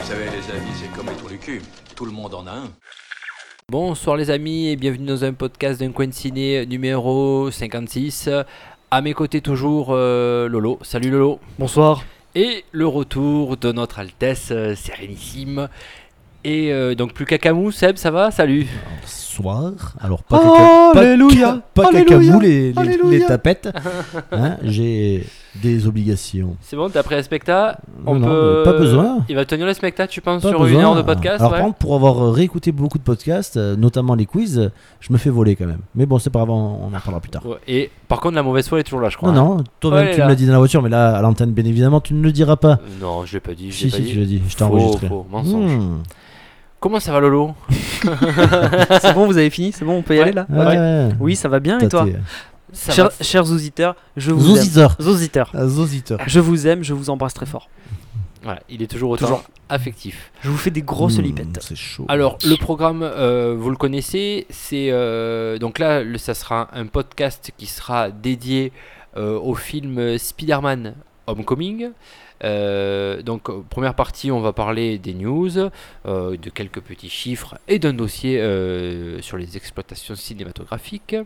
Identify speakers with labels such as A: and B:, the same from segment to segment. A: Vous savez, les amis, c'est comme les trous du cul. Tout le monde en a un.
B: Bonsoir les amis et bienvenue dans un podcast d'un coin de ciné numéro 56. À mes côtés toujours euh, Lolo. Salut Lolo.
C: Bonsoir.
B: Et le retour de notre Altesse euh, Sérénissime. Et euh, donc plus qu'à Camus, Seb, ça va Salut.
C: Bonsoir. Alors pas oh, que,
B: Alléluia.
C: Pas, qu'à Camus les, les, les, tapettes. Hein, J'ai des obligations.
B: C'est bon, t'as pris un spectacle on
C: non,
B: peut...
C: Pas besoin.
B: Il va tenir le spectacle, tu penses, pas sur besoin. une heure de podcast
C: Alors,
B: ouais.
C: par contre, pour avoir réécouté beaucoup de podcasts, euh, notamment les quiz, je me fais voler quand même. Mais bon, c'est pas grave, on en parlera plus tard.
B: Ouais. Et par contre, la mauvaise foi est toujours Oh là, je crois.
C: Non, non, toi-même, ouais, tu me l'as dit dans la voiture, mais là, à l'antenne, bien évidemment, tu ne le diras pas.
B: hein. Non, je l'ai pas dit. Je
C: si,
B: pas
C: si,
B: dit.
C: tu l'as dit, je t'ai enregistré.
B: Faux, mensonge. Hmm. Comment ça va Lolo
D: C'est bon, vous avez fini C'est bon, on peut y aller là Oui, ça va bien et toi Cher, chers auditeurs, je vous
C: Zositeurs.
D: aime. Zositeurs.
C: Euh. Zositeurs.
D: Je vous aime, je vous embrasse très fort.
B: Voilà, il est toujours autant
D: Toujours.
B: affectif.
D: Je vous fais des grosses
C: Mmh,
D: lipettes.
C: C'est chaud.
B: Alors, le programme, euh, vous le connaissez, c'est. euh, donc là, le- ça sera un podcast qui sera dédié euh, au film Spider-Man Homecoming. Euh, donc, euh, première partie, on va parler des news, euh, de quelques petits chiffres et d'un dossier euh, sur les exploitations cinématographiques.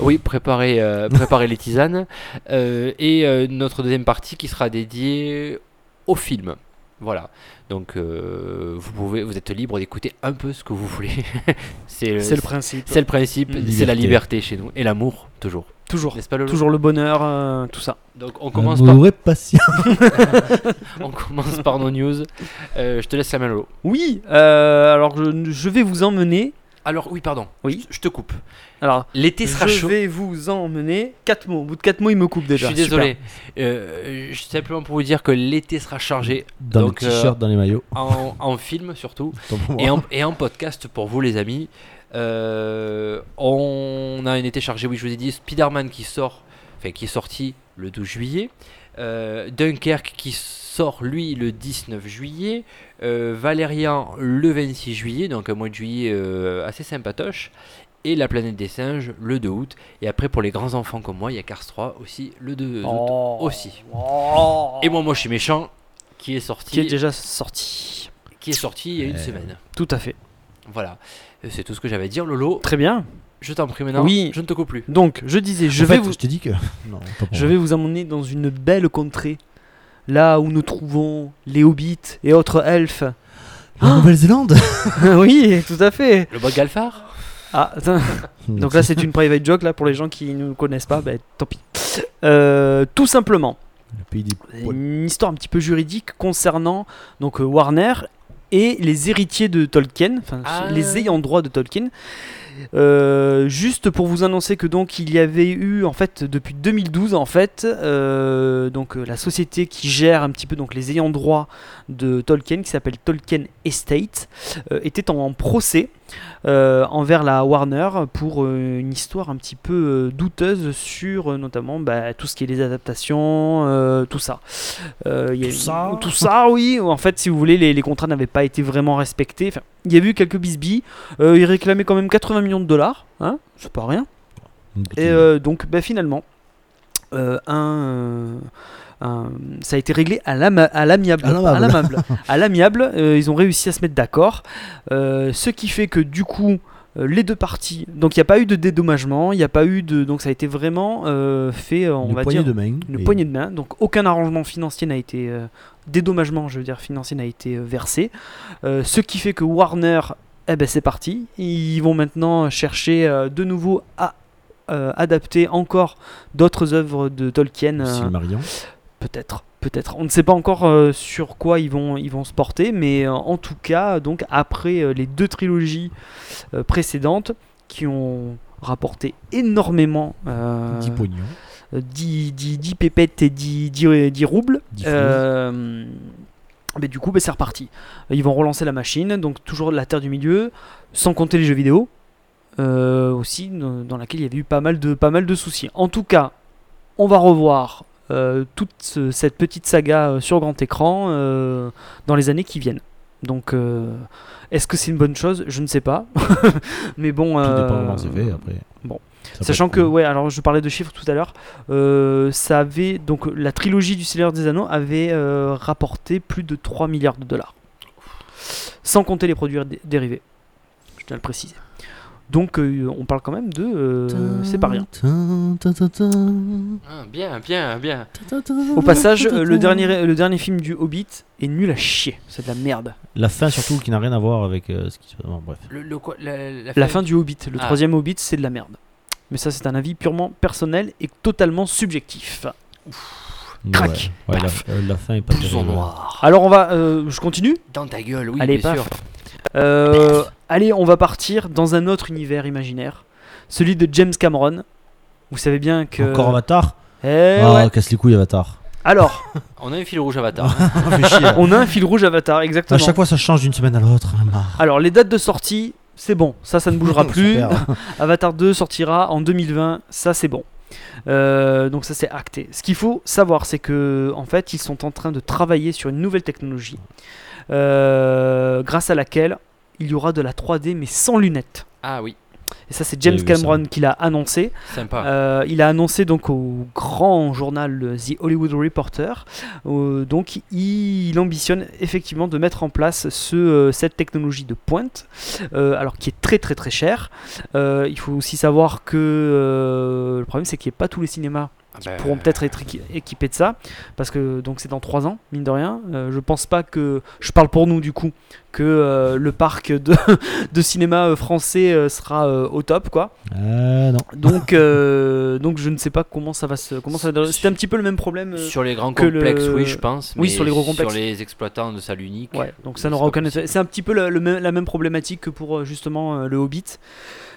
B: oui, préparez, euh, préparez les tisanes. Euh, et euh, notre deuxième partie qui sera dédiée au film. Voilà. Donc euh, vous pouvez, vous êtes libre d'écouter un peu ce que vous voulez. c'est le,
D: C'est le principe.
B: c'est le principe,
D: Mm.
B: c'est la
C: Liberté.
B: liberté chez nous et l'amour toujours.
D: Toujours.
B: N'est-ce pas Lolo
D: Toujours le bonheur, euh, tout ça.
B: Donc on commence par,
C: Amoureux patient.
B: on commence par nos news. Euh, je te laisse la main Lolo.
D: Oui, euh, alors je, je vais vous emmener.
B: Alors oui, pardon.
D: Oui.
B: Je- je te coupe.
D: Alors,
B: L'été sera
D: je
B: chaud.
D: vais vous emmener. Quatre mots. Au bout de quatre mots, il me coupe
B: Je
D: déjà.
B: suis désolé. Euh, je- simplement pour vous dire que l'été sera chargé.
C: Dans
B: donc,
C: les
B: euh,
C: t-shirts, dans les maillots.
B: en, en film surtout
C: Tant pour moi.
B: et en, et en podcast pour vous les amis. Euh, on a un été chargé, oui je vous ai dit, Spider-Man qui sort, enfin qui est sorti le 12 juillet, Euh, Dunkerque qui sort lui le 19 juillet, Euh, Valérian le 26 juillet, donc un mois de juillet euh, assez sympatoche, et La planète des singes le 2 août, et après pour les grands enfants comme moi, il y a Cars 3 aussi le 2 août
D: Oh.
B: aussi.
D: Oh.
B: Et moi moi je suis méchant, qui est sorti,
D: Qui est déjà Eh, sorti.
B: qui est sorti il y a une
C: Euh,
B: semaine.
D: Tout à fait.
B: Voilà, Euh, c'est tout ce que j'avais à dire. Lolo,
D: Très bien.
B: je t'en prie maintenant.
D: Oui.
B: Je ne te coupe plus.
D: Donc, je disais, je
C: En
D: vais
C: fait,
D: vous.
C: Je te dis que. Non, pas pour
D: Je
C: moi.
D: vais vous emmener dans une belle contrée, là où nous trouvons les hobbits et autres elfes.
C: La Nouvelle-Zélande
D: oui, tout à fait.
B: Le bot Galfar
D: Ah, attends. donc là c'est une private joke là pour les gens qui ne connaissent pas, ben tant pis. Euh, tout simplement,
C: Le pays des poils.
D: une histoire un petit peu juridique concernant donc euh, Warner et les héritiers de Tolkien, enfin
B: Ah.
D: les ayants droit de Tolkien. Euh, juste pour vous annoncer que donc il y avait eu en fait depuis 2012 en fait euh, donc euh, la société qui gère un petit peu donc les ayants droit de Tolkien qui s'appelle Tolkien Estate euh, était en, en procès euh, envers la Warner pour euh, une histoire un petit peu euh, douteuse sur euh, notamment bah, tout ce qui est les adaptations euh, tout ça euh, il y a
C: Tout
D: eu-
C: ça.
D: tout ça, oui. En fait, si vous voulez, les, les contrats n'avaient pas été vraiment respectés. Enfin, il y a eu quelques bisbis. Euh, ils réclamaient quand même 80 millions de dollars. Hein C'est pas rien.
C: Mmh.
D: Et euh, donc, bah, finalement, euh, un, euh, un- ça a été réglé à l'ama- à l'amiable.
C: À l'amable.
D: À l'amable. À l'amiable, euh, ils ont réussi à se mettre d'accord. Euh, ce qui fait que du coup. euh, Les deux parties. Donc il n'y a pas eu de dédommagement, il n'y a pas eu de. Donc ça a été vraiment euh, fait, euh, on
C: Une
D: va
C: poignée
D: dire,
C: de main.
D: une
C: Et-
D: poignée de main. Donc aucun arrangement financier n'a été euh, dédommagement, je veux dire financier n'a été euh, versé. Euh, ce qui fait que Warner, eh ben c'est parti. Ils vont maintenant chercher euh, de nouveau à euh, adapter encore d'autres œuvres de Tolkien. euh,
C: Silmarillion.
D: peut-être, peut-être. On ne sait pas encore euh, sur quoi ils vont, ils vont se porter, mais euh, en tout cas, donc après euh, les deux trilogies euh, précédentes qui ont rapporté énormément. euh,
C: Petit pognon.
D: euh, 10, 10, 10 pépettes et 10, 10, 10 roubles.
C: Dix
D: Euh, mais du coup, bah, c'est reparti. Ils vont relancer la machine, donc toujours la Terre du Milieu, sans compter les jeux vidéo. euh, aussi dans dans laquelle il y avait eu pas mal de pas mal de soucis. En tout cas, on va revoir euh, toute ce- cette petite saga euh, sur grand écran euh, dans les années qui viennent. Donc, euh, est-ce que c'est une bonne chose Je ne sais pas. Mais bon,
C: Tout
D: euh,
C: dépend comment c'est fait hein. après.
D: bon.
C: Ça peut
D: sachant
C: être
D: que,
C: cool.
D: ouais, alors je parlais de chiffres tout à l'heure, euh, ça avait donc la trilogie du Seigneur des Anneaux avait euh, rapporté plus de 3 milliards de dollars, sans compter les produits dé- dérivés. Je tiens à le préciser. Donc, euh, on parle quand même de, euh, c'est pas rien.
B: Ah, bien, bien, bien.
D: Au passage, euh, le dernier, le dernier film du Hobbit est nul à chier. C'est de la merde.
C: La fin surtout qui n'a rien à voir avec euh, ce qui se passe. Bon, bref.
B: Le, le quoi- la, la
D: La fin du Hobbit, le
B: Ah.
D: troisième Hobbit, c'est de la merde. Mais ça, c'est un avis purement personnel et totalement subjectif. Crac.
C: Ouais, ouais, la,
D: Paf.
C: euh, la fin est pas
B: Blouson
C: terrible.
B: noir.
D: Alors, on va. euh, je continue
B: Dans ta gueule, oui,
D: Allez,
B: bien
D: paf.
B: sûr.
D: Euh, Allez, on va partir dans un autre univers imaginaire. Celui de James Cameron. Vous savez bien que.
C: Encore Avatar
D: Euh, Eh
C: Ah,
D: ouais.
C: casse les couilles Avatar.
D: Alors,
B: On a un fil rouge Avatar.
C: Ah, fais chier.
D: on a un fil rouge Avatar,
C: à
D: exactement.
C: chaque fois ça change d'une semaine à l'autre. marre.
D: Alors, les dates de sortie, c'est bon. Ça, ça ne bougera plus.
C: Super.
D: Avatar 2 sortira en 2020, ça c'est bon. Euh, donc ça c'est acté. Ce qu'il faut savoir c'est que en fait ils sont en train de travailler sur une nouvelle technologie euh, grâce à laquelle il y aura de la 3D mais sans lunettes.
B: Ah oui,
D: Et ça c'est
C: J'avais
D: James
C: vu ça.
D: Cameron qui l'a annoncé.
B: sympa.
D: Euh, il a annoncé donc au grand journal euh, The Hollywood Reporter. Euh, donc il, il ambitionne effectivement de mettre en place ce, euh, cette technologie de pointe, euh, alors qui est très très très chère. Euh, il faut aussi savoir que euh, le problème c'est qu'il n'y a pas tous les cinémas
B: Ah
D: qui
B: ben,
D: pourront peut-être être équi- équipés de ça, parce que donc c'est dans 3 ans, mine de rien. Euh, je pense pas que, je parle pour nous du coup, que euh, le parc de, de cinéma euh, français euh, sera euh, au top quoi.
C: Ah non.
D: Donc, euh, donc je ne sais pas comment ça va se. Comment ça va- C'est un petit peu le même problème. euh,
B: Sur les grands
D: que le-
B: complexes, oui, je pense.
D: Oui,
B: mais
D: sur les gros complexes.
B: Sur les exploitants de salle unique.
D: Ouais, donc ça
B: c'est
D: n'aura
B: pas
D: aucun
B: possible.
D: intérêt. C'est un petit peu la, le même- la même problématique que pour euh, justement euh, le Hobbit.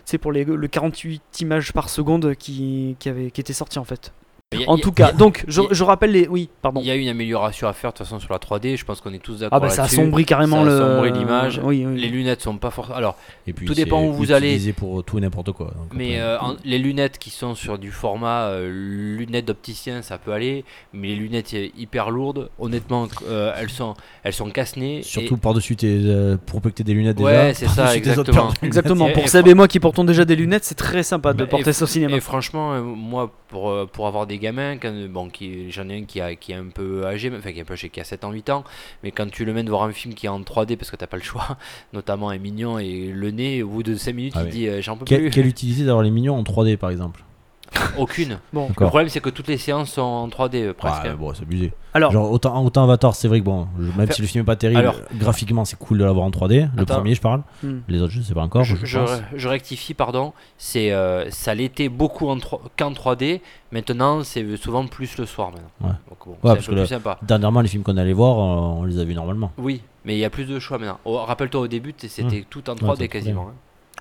D: C'est pour les, le 48 images par seconde qui, qui, avait, qui était sorti en fait.
B: Il y a-
D: En
B: il y a-
D: tout cas,
B: il y a-
D: donc je,
B: il y a-
D: je rappelle les. Oui, pardon.
B: Il y a une amélioration à faire de toute façon sur la 3D, je pense qu'on est tous d'accord.
D: Ah bah ça
B: là-dessus.
D: assombrit
B: ça
D: carrément le-
B: assombrit l'image.
D: Oui, oui.
B: Les lunettes sont pas forcément. Alors,
C: Et puis,
B: Tout dépend
C: c'est
B: où vous allez.
C: utilisé pour euh, tout et n'importe quoi. donc
B: mais
C: après-
B: euh, en- les lunettes qui sont sur du format euh, lunettes d'opticien, ça peut aller, mais les lunettes euh, hyper lourdes, honnêtement, euh, elles sont, elles sont casse-nez. et-
C: Surtout par-dessus tes. euh, pour peu que t'aies des lunettes déjà.
B: Ouais, c'est ça,
C: par-dessus tes autres
B: exactement.
C: paires de lunettes.
D: Exactement.
B: Et- et
D: Pour Seb
B: fran-
D: et moi qui portons déjà des lunettes, c'est très sympa de
B: Bah, et
D: porter
B: f-
D: ça au cinéma.
B: Et franchement, euh, moi, pour, euh, pour avoir des gamins, quand, euh, bon, qui, j'en ai un qui, a, qui est un peu âgé, mais- enfin qui est un peu âgé, qui a 7 ans, 8 ans, mais quand tu le mènes voir un film qui est en 3D parce que t'as pas le choix, notamment un mignon et le nez, au bout de 5 minutes,
C: Ah
B: il
C: oui.
B: dit euh, j'en peux
C: Quelle,
B: plus.
C: quelle utilité d'avoir les mignons en 3D par exemple
B: Aucune.
D: Bon,
B: Le
C: D'accord.
B: problème, c'est que toutes les séances sont en 3D euh, presque.
C: Ouais, bon, c'est abusé.
D: alors.
C: Genre, autant, autant Avatar, c'est vrai que bon, je- même si le film est pas terrible,
B: Alors-
C: graphiquement c'est cool de l'avoir en 3D. Le
B: Attends.
C: premier, je parle.
D: hmm.
C: Les autres, je sais pas encore.
B: je,
C: je
B: je-
C: pense.
B: je rectifie, pardon. C'est euh, ça l'était beaucoup en tro- qu'en 3D. Maintenant, c'est souvent plus le soir maintenant.
C: Ouais.
B: Donc bon,
C: parce
B: c'est
C: que
B: un peu
C: le-
B: plus sympa.
C: Dernièrement, les films qu'on allait voir, euh, on les a vus normalement.
B: Oui, mais il y a plus de choix maintenant. Oh, Rappelle-toi au début, t- c'était tout en 3D
C: Mmh. c'est
B: quasiment. hein.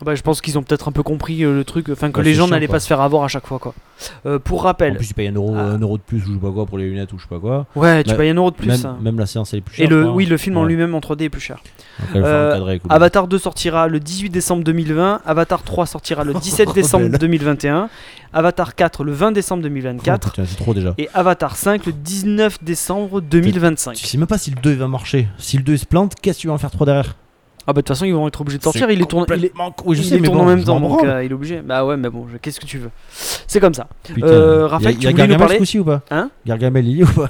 D: Bah, je pense qu'ils ont peut-être un peu compris euh, le truc, enfin que
C: Ouais,
D: les
C: Bah, c'est
D: gens
C: chiant,
D: n'allaient
C: quoi.
D: pas se faire avoir à chaque fois quoi. Euh, pour rappel,
C: En plus, tu payes un euro,
D: Ah.
C: un euro de plus ou je sais pas quoi pour les lunettes ou je sais pas quoi.
D: ouais, tu
C: Même-
D: payes un euro de plus.
C: Bah, même,
D: hein.
C: même la séance, elle est plus chère.
D: Et le,
C: quoi.
D: oui, le film en
C: Ouais.
D: lui-même en 3D est plus cher.
C: Donc, elle faut
D: Euh,
C: encadrer avec le-
D: Avatar 2 sortira le 18 décembre 2020, Avatar 3 sortira le 17 décembre 2021, Avatar 4 le 20 décembre
C: Oh,
D: 2024
C: putain, c'est trop déjà.
D: et Avatar 5 le 19 décembre
C: Tu
D: 2025.
C: sais même pas si le 2 il va marcher. Si le 2 il se plante, qu'est-ce que tu vas en faire 3 derrière
D: Ah bah de toute façon ils vont être obligés de sortir,
C: C'est
D: il les tourne, il est- oh,
C: complètement con. Oui, je
D: il
C: sais,
D: les
C: mais
D: tourne
C: bon,
D: en même
C: je m'en
D: temps donc
C: branle.
D: euh, il est obligé. Bah ouais mais bon je- qu'est-ce que tu veux C'est comme ça.
C: Putain.
D: euh, Raphaël,
C: Y a-
D: tu
C: y a
D: voulais nous
C: Gargamel
D: parler
C: ce coup-ci ou pas
D: Hein
C: Gargamel, il y est ou pas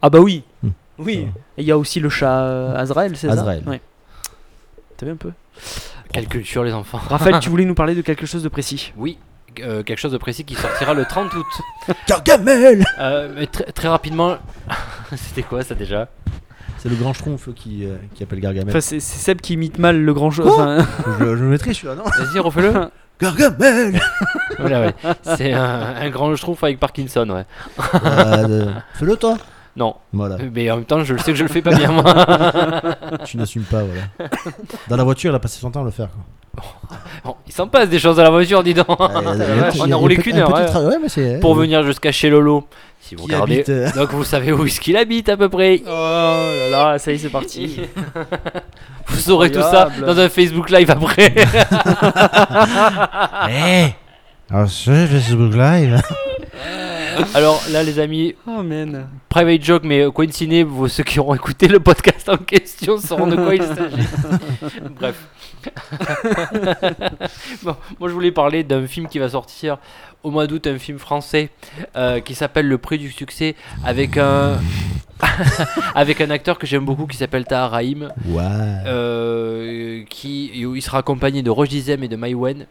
D: Ah bah oui.
C: Hmm.
D: Oui. Et Il y a aussi le chat euh, Azrael c'est ça
C: Azrael.
D: Ouais. T'as vu un peu
B: Quelle culture, les enfants.
D: Raphaël tu voulais nous parler de quelque chose de précis.
B: Oui, euh, quelque chose de précis qui sortira le 30 août.
C: Gargamel
B: Euh, mais très, très rapidement, c'était quoi ça déjà
C: C'est le grand schtroumpf qui, euh, qui appelle Gargamel.
D: Enfin c'est c'est Seb qui imite mal le grand jeu.
B: Oh
C: Quoi
D: enfin,
C: je, je le mettrai celui-là, non
B: Vas-y, refais-le.
C: Gargamel
B: Voilà, ouais. C'est un, un grand trouve avec Parkinson, ouais.
C: Euh, Fais-le toi
B: Non,
C: Voilà.
B: mais en même temps, je le sais que je le fais pas bien, moi.
C: tu n'assumes pas, voilà. Dans la voiture, elle a passé son temps à le faire. quoi.
B: Bon, il s'en passe des choses à la voiture, dis donc.
C: Elle-
B: ouais, Ah, on
C: elle- Ah, il y
B: a
C: il y
B: roulé
C: un
B: qu'une
C: petit
B: heure, ouais.
C: travail- ouais, mais c'est-
B: Pour
C: euh,
B: venir jusqu'à chez Lolo. Si vous
C: Qui
B: regardez.
C: habite, euh,
B: Donc vous savez où est-ce qu'il habite à peu près.
D: Oh là là, ça y est, c'est parti.
B: Vous saurez tout ça
D: Incroyable.
B: dans un Facebook Live après.
C: Eh Alors, sur Facebook Live.
B: Alors là, les amis,
D: oh man.
B: private joke, mais euh, Coin Ciné, vous- ceux qui auront écouté le podcast en question sauront de quoi il s'agit. Bref. Bon, moi, je voulais parler d'un film qui va sortir au mois d'août, un film français euh, qui s'appelle Le Prix du Succès avec un. avec un acteur que j'aime beaucoup qui s'appelle Tahar Rahim
C: Ouais.
B: euh, qui il sera accompagné de Roche Dizem et de Maïwen.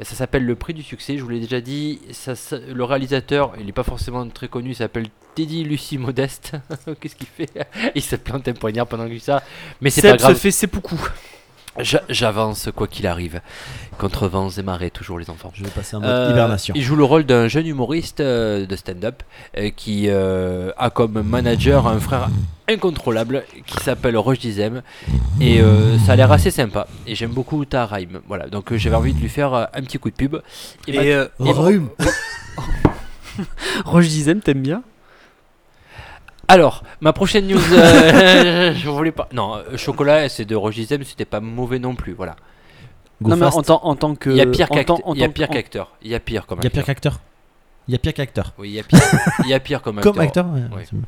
B: Ça s'appelle Le Prix du Succès, je vous l'ai déjà dit. Ça, s- le réalisateur, il n'est pas forcément très connu, il s'appelle Teddy Lucie Modeste. Qu'est-ce qu'il fait Il se plante un poignard pendant que je dis ça. Mais c'est pas
D: Seb se
B: grave,
D: fait seppuku.
B: J'a- j'avance quoi qu'il arrive. Contre vents et marées, toujours les enfants.
C: Je vais passer en mode
B: Euh,
C: hibernation.
B: il joue le rôle d'un jeune humoriste euh, de stand-up euh, qui euh, a comme manager un frère incontrôlable qui s'appelle Roche Dizem et euh, ça a l'air assez sympa et j'aime beaucoup ta rhyme voilà donc euh, j'avais envie de lui faire euh, un petit coup de pub et, bah,
D: Et euh,
B: il-
C: Rhume.
D: Roche Dizem, t'aimes bien
B: alors ma prochaine news euh, je voulais pas non euh, chocolat c'est de Roche Dizem c'était pas mauvais non plus voilà
C: Go
D: Non, mais
C: fast.
D: en tant, en tant que.
B: il y a pire
D: en
B: qu'acteur
D: tant- en
B: il y a
D: tant-
B: pire
D: en-
B: qu'acteur il y a pire comme
C: Il y a pire
B: acteur
C: qu'acteur. Il y a pire qu'acteur.
B: oui il y a pire il y a pire comme acteur
C: Comme acteur ouais.
B: Oui.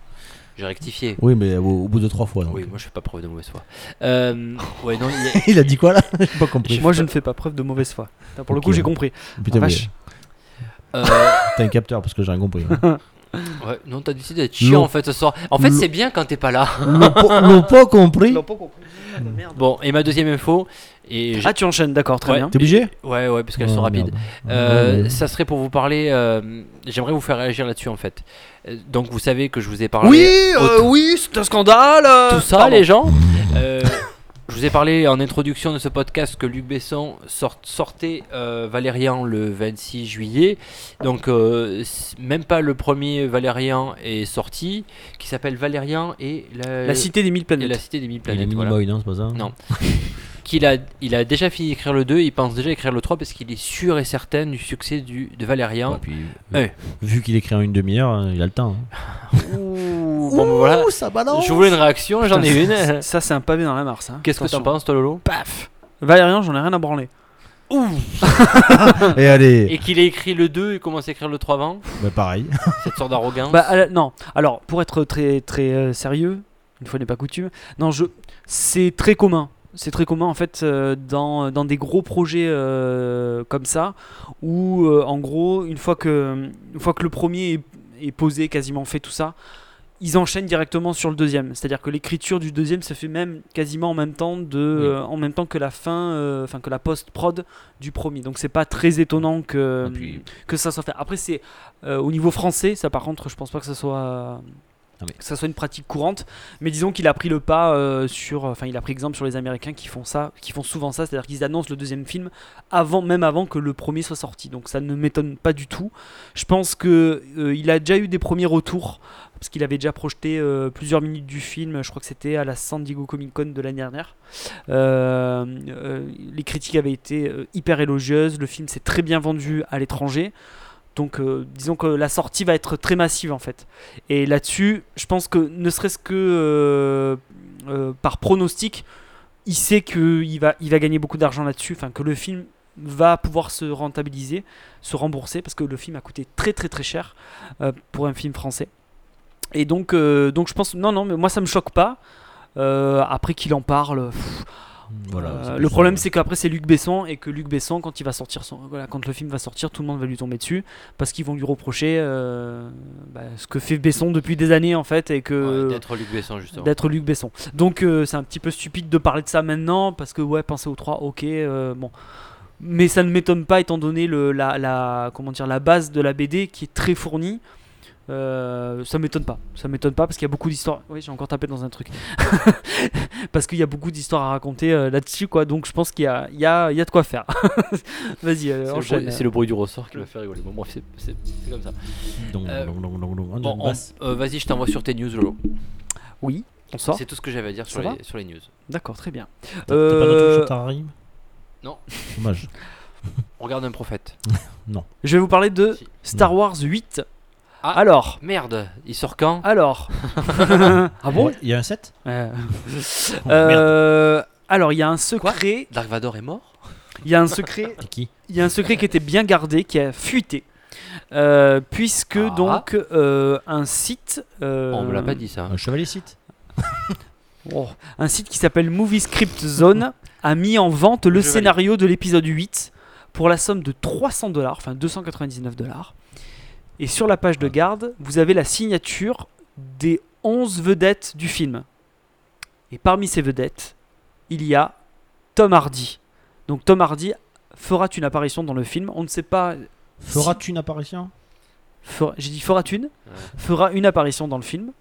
B: j'ai rectifié
C: Oui, mais au, au bout de trois fois. donc. euh,
B: oui moi je fais pas preuve de mauvaise foi Euh, ouais non il y a-
C: Il a dit quoi là J'ai pas compris.
D: Moi, je ne fais pas preuve de mauvaise foi. Putain, Pour le coup,
C: Ok.
D: j'ai compris.
C: Putain,
D: Ah,
C: mais
D: vache.
B: Euh,
C: t'as un capteur parce que j'ai rien compris.
B: ouais, non, t'as décidé d'être chiant
C: Non.
B: en fait ce soir. En fait,
C: Non.
B: c'est bien quand t'es pas là.
C: L'ont pas- l'ont pas compris
B: Bon, et ma deuxième info, et j'ai-
D: Ah, tu enchaînes, d'accord, très
B: Ouais.
D: bien.
C: T'es obligé
B: ouais, ouais, parce qu'elles
C: Oh,
B: sont rapides.
C: merde.
B: Euh,
C: Ouais,
B: ça serait pour vous parler. euh, J'aimerais vous faire réagir là-dessus en fait. Euh, Donc, vous savez que je vous ai parlé.
D: Oui,
B: au-
D: euh, oui, c'est un scandale. euh,
B: tout ça,
D: pardon.
B: les gens. Euh, je vous ai parlé en introduction de ce podcast que Luc Besson sort- sortait euh, Valérian le 26 juillet. Donc, euh, c- même pas le premier Valérian est sorti, qui s'appelle Valérian et la,
D: La cité des mille
B: et la
D: planètes.
B: cité des mille
C: Il est
B: planètes.
C: mini
B: voilà.
C: boy, non, c'est pas ça
B: Non. qu'il a, il a déjà fini d'écrire le 2, il pense déjà écrire le 3 parce qu'il est sûr et certain du succès du, de Valérian.
C: Ouais, Bah, puis,
B: Ouais.
C: Vu qu'il écrit en une demi-heure, hein, il a le temps. hein.
B: Ouh, bon, ben voilà.
C: ça balance
B: Je voulais une réaction, j'en ai une.
D: Ça, Ça, c'est un pavé dans la mare, ça.
B: Qu'est-ce que t'en
D: Attention.
B: penses, toi, Lolo
D: Paf Valérian, j'en ai rien à branler.
C: hein. Et allez,
B: Et qu'il ait écrit le 2 et commence à écrire le 3 avant
C: bah pareil.
B: Cette sorte d'arrogance.
D: Bah, à la- non, alors, pour être très, très euh, sérieux, une fois n'est pas coutume, non, je... c'est très commun. C'est très commun en fait euh, dans, dans des gros projets euh, comme ça, où euh, en gros, une fois que, une fois que le premier est, est posé, quasiment fait, tout ça, ils enchaînent directement sur le deuxième. C'est-à-dire que l'écriture du deuxième se fait même quasiment en même temps, de, euh, en même temps que la fin, euh, enfin que la post-prod du premier. Donc c'est pas très étonnant que, euh,
C: Et puis-
D: que ça soit fait. Après, c'est euh, au niveau français, ça par contre, je pense pas que ça soit.
C: Ah oui.
D: que ça soit une pratique courante, mais disons qu'il a pris le pas euh, sur, enfin il a pris exemple sur les Américains qui font ça, qui font souvent ça, c'est-à-dire qu'ils annoncent le deuxième film avant, même avant que le premier soit sorti. Donc ça ne m'étonne pas du tout. Je pense que euh, il a déjà eu des premiers retours parce qu'il avait déjà projeté euh, plusieurs minutes du film, je crois que c'était à la San Diego Comic Con de l'année dernière. Euh, euh, les critiques avaient été euh, hyper élogieuses, le film s'est très bien vendu à l'étranger, donc euh, disons que la sortie va être très massive en fait. Et là-dessus, je pense que ne serait-ce que euh, euh, par pronostic, il sait qu'il va, il va gagner beaucoup d'argent là-dessus, enfin que le film va pouvoir se rentabiliser, se rembourser, parce que le film a coûté très très très cher euh, pour un film français. Et donc, euh, donc je pense, non, non, mais moi ça me choque pas. Euh, après qu'il en parle, pff,
C: Voilà,
D: euh,
C: c'est plus
D: le
C: ça,
D: problème
C: ouais.
D: c'est qu'après c'est Luc Besson et que Luc Besson quand il va sortir son, voilà, quand le film va sortir, tout le monde va lui tomber dessus parce qu'ils vont lui reprocher euh, bah, ce que fait Besson depuis des années en fait et que
B: Ouais, D'être Luc Besson, justement.
D: euh, d'être Luc Besson. Donc euh, c'est un petit peu stupide de parler de ça maintenant parce que ouais, penser aux trois, ok, euh, bon. Mais ça ne m'étonne pas étant donné le, la, la- comment dire, la base de la BD qui est très fournie. Euh, ça m'étonne pas. Ça m'étonne pas parce qu'il y a beaucoup d'histoires. Oui, j'ai encore tapé dans un truc. parce qu'il y a beaucoup d'histoires à raconter euh, là-dessus, quoi. Donc je pense qu'il y a, il y, a, il y a de quoi faire. Vas-y, euh,
B: C'est le,
D: enchaîne.
B: bruit, c'est le bruit du ressort qui m'a fait rigoler. Bon, bref, c'est- c'est c'est comme ça.
C: Donc,
B: Euh,
C: donc, donc, donc, donc,
B: Bon,
C: donc,
B: on-
C: basse.
B: euh, vas-y, je t'envoie sur tes news, Lolo.
D: Oui, on sort.
B: C'est tout ce que j'avais à dire sur
D: Ça va
B: les, sur les news.
D: D'accord, très bien.
C: T'as- t'as pas d'autre chose sur
D: Euh,
C: Terrarium
B: Non.
C: Dommage.
B: On regarde un prophète.
D: je vais vous parler de
B: Si.
D: Star Wars 8.
B: Ah.
D: Alors,
B: Merde, il sort quand
D: alors. ah bon
C: Il y a un 7
D: Euh,
C: Oh,
D: euh, Alors, il y a un secret.
B: Dark Vador est mort
D: Il y a un secret.
C: C'est qui
D: Il y a un secret qui était bien gardé, qui a fuité. Euh, puisque
B: Ah.
D: donc euh, un site euh,
B: On me l'a pas dit ça.
C: Un chevalier site
D: oh, un site qui s'appelle Movie Script Zone a mis en vente le
B: Je valide.
D: scénario de l'épisode 8 pour la somme de 300 dollars enfin 299 dollars et sur la page de
B: Ah.
D: garde vous avez la signature des 11 vedettes du film et parmi ces vedettes il y a Tom Hardy donc Tom Hardy fera une apparition dans le film on ne sait pas
C: Feras-tu une apparition
D: fera- j'ai dit fera une, fera une apparition dans le film.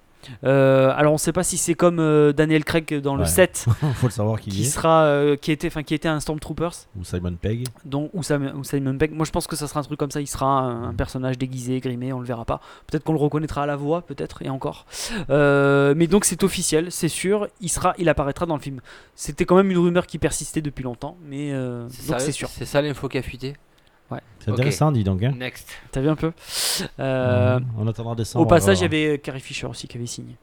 D: Euh, alors on sait pas si c'est comme euh, Daniel Craig dans le
C: Ouais.
D: 7
C: Faut le savoir qui
D: qui
C: y est.
D: sera euh, qui était enfin qui était un Stormtroopers
C: Ou Simon Pegg.
D: donc ou, Sam- ou Simon Pegg. Moi je pense que ça sera un truc comme ça, il sera un, un personnage déguisé, grimé, on le verra pas. Peut-être qu'on le reconnaîtra à la voix peut-être et encore. Euh, mais donc c'est officiel, c'est sûr, il sera il apparaîtra dans le film. C'était quand même une rumeur qui persistait depuis longtemps mais euh, donc
B: sérieux
D: c'est sûr.
B: C'est ça l'info qui a fuité
C: C'est
B: Ok.
C: intéressant, dis donc. Hein.
B: Next.
D: T'as vu un peu Euh,
C: on attendra décembre.
D: Au passage, il y
C: alors.
D: avait euh, Carrie Fisher aussi qui avait signé.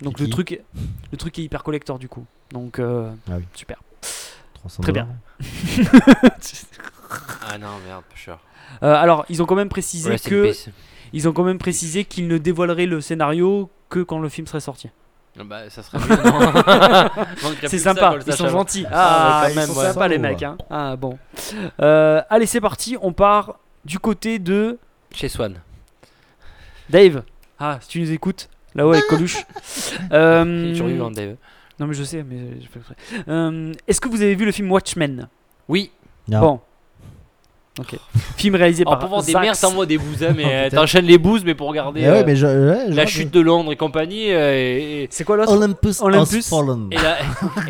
D: Donc
C: Qui
D: le
C: qui
D: truc, le truc est hyper collector du coup. Donc euh,
C: Ah oui.
D: super.
C: 300
D: très bien.
C: dollars.
B: Ah non, merde, pêcheur.
D: Euh, alors ils ont quand même précisé
B: Rest in
D: que
B: peace.
D: ils ont quand même précisé qu'ils ne dévoileraient le scénario que quand le film serait sorti.
B: Ah Bah, ça serait mieux.
D: C'est sympa, ils sont gentils. Ah, ils sont sympas les mecs. hein. Ah bon. Euh, allez, c'est parti. On part du côté de
B: Chez Swan.
D: Dave. Ah, si tu nous écoutes, là-haut avec Coluche. Euh,
B: J'ai toujours eu un Dave.
D: non mais je sais, mais je fais exprès. Euh, Est-ce que vous avez vu le film Watchmen
B: Oui,
C: Ah.
D: Bon. Ok. Film réalisé
B: en
D: par
B: pouvant des
D: Zack
B: merdes, t'envoies des bousins,
C: Oh,
B: mais euh,
C: putain.
B: t'enchaînes les bouses, mais pour regarder
C: Eh ouais,
B: euh,
C: mais je- ouais, je vois
B: la chute de Londres et compagnie, euh, et, et-
D: C'est quoi
C: Oh
D: l'autre
C: Olympus,
D: Olympus.
C: has fallen.
B: et la,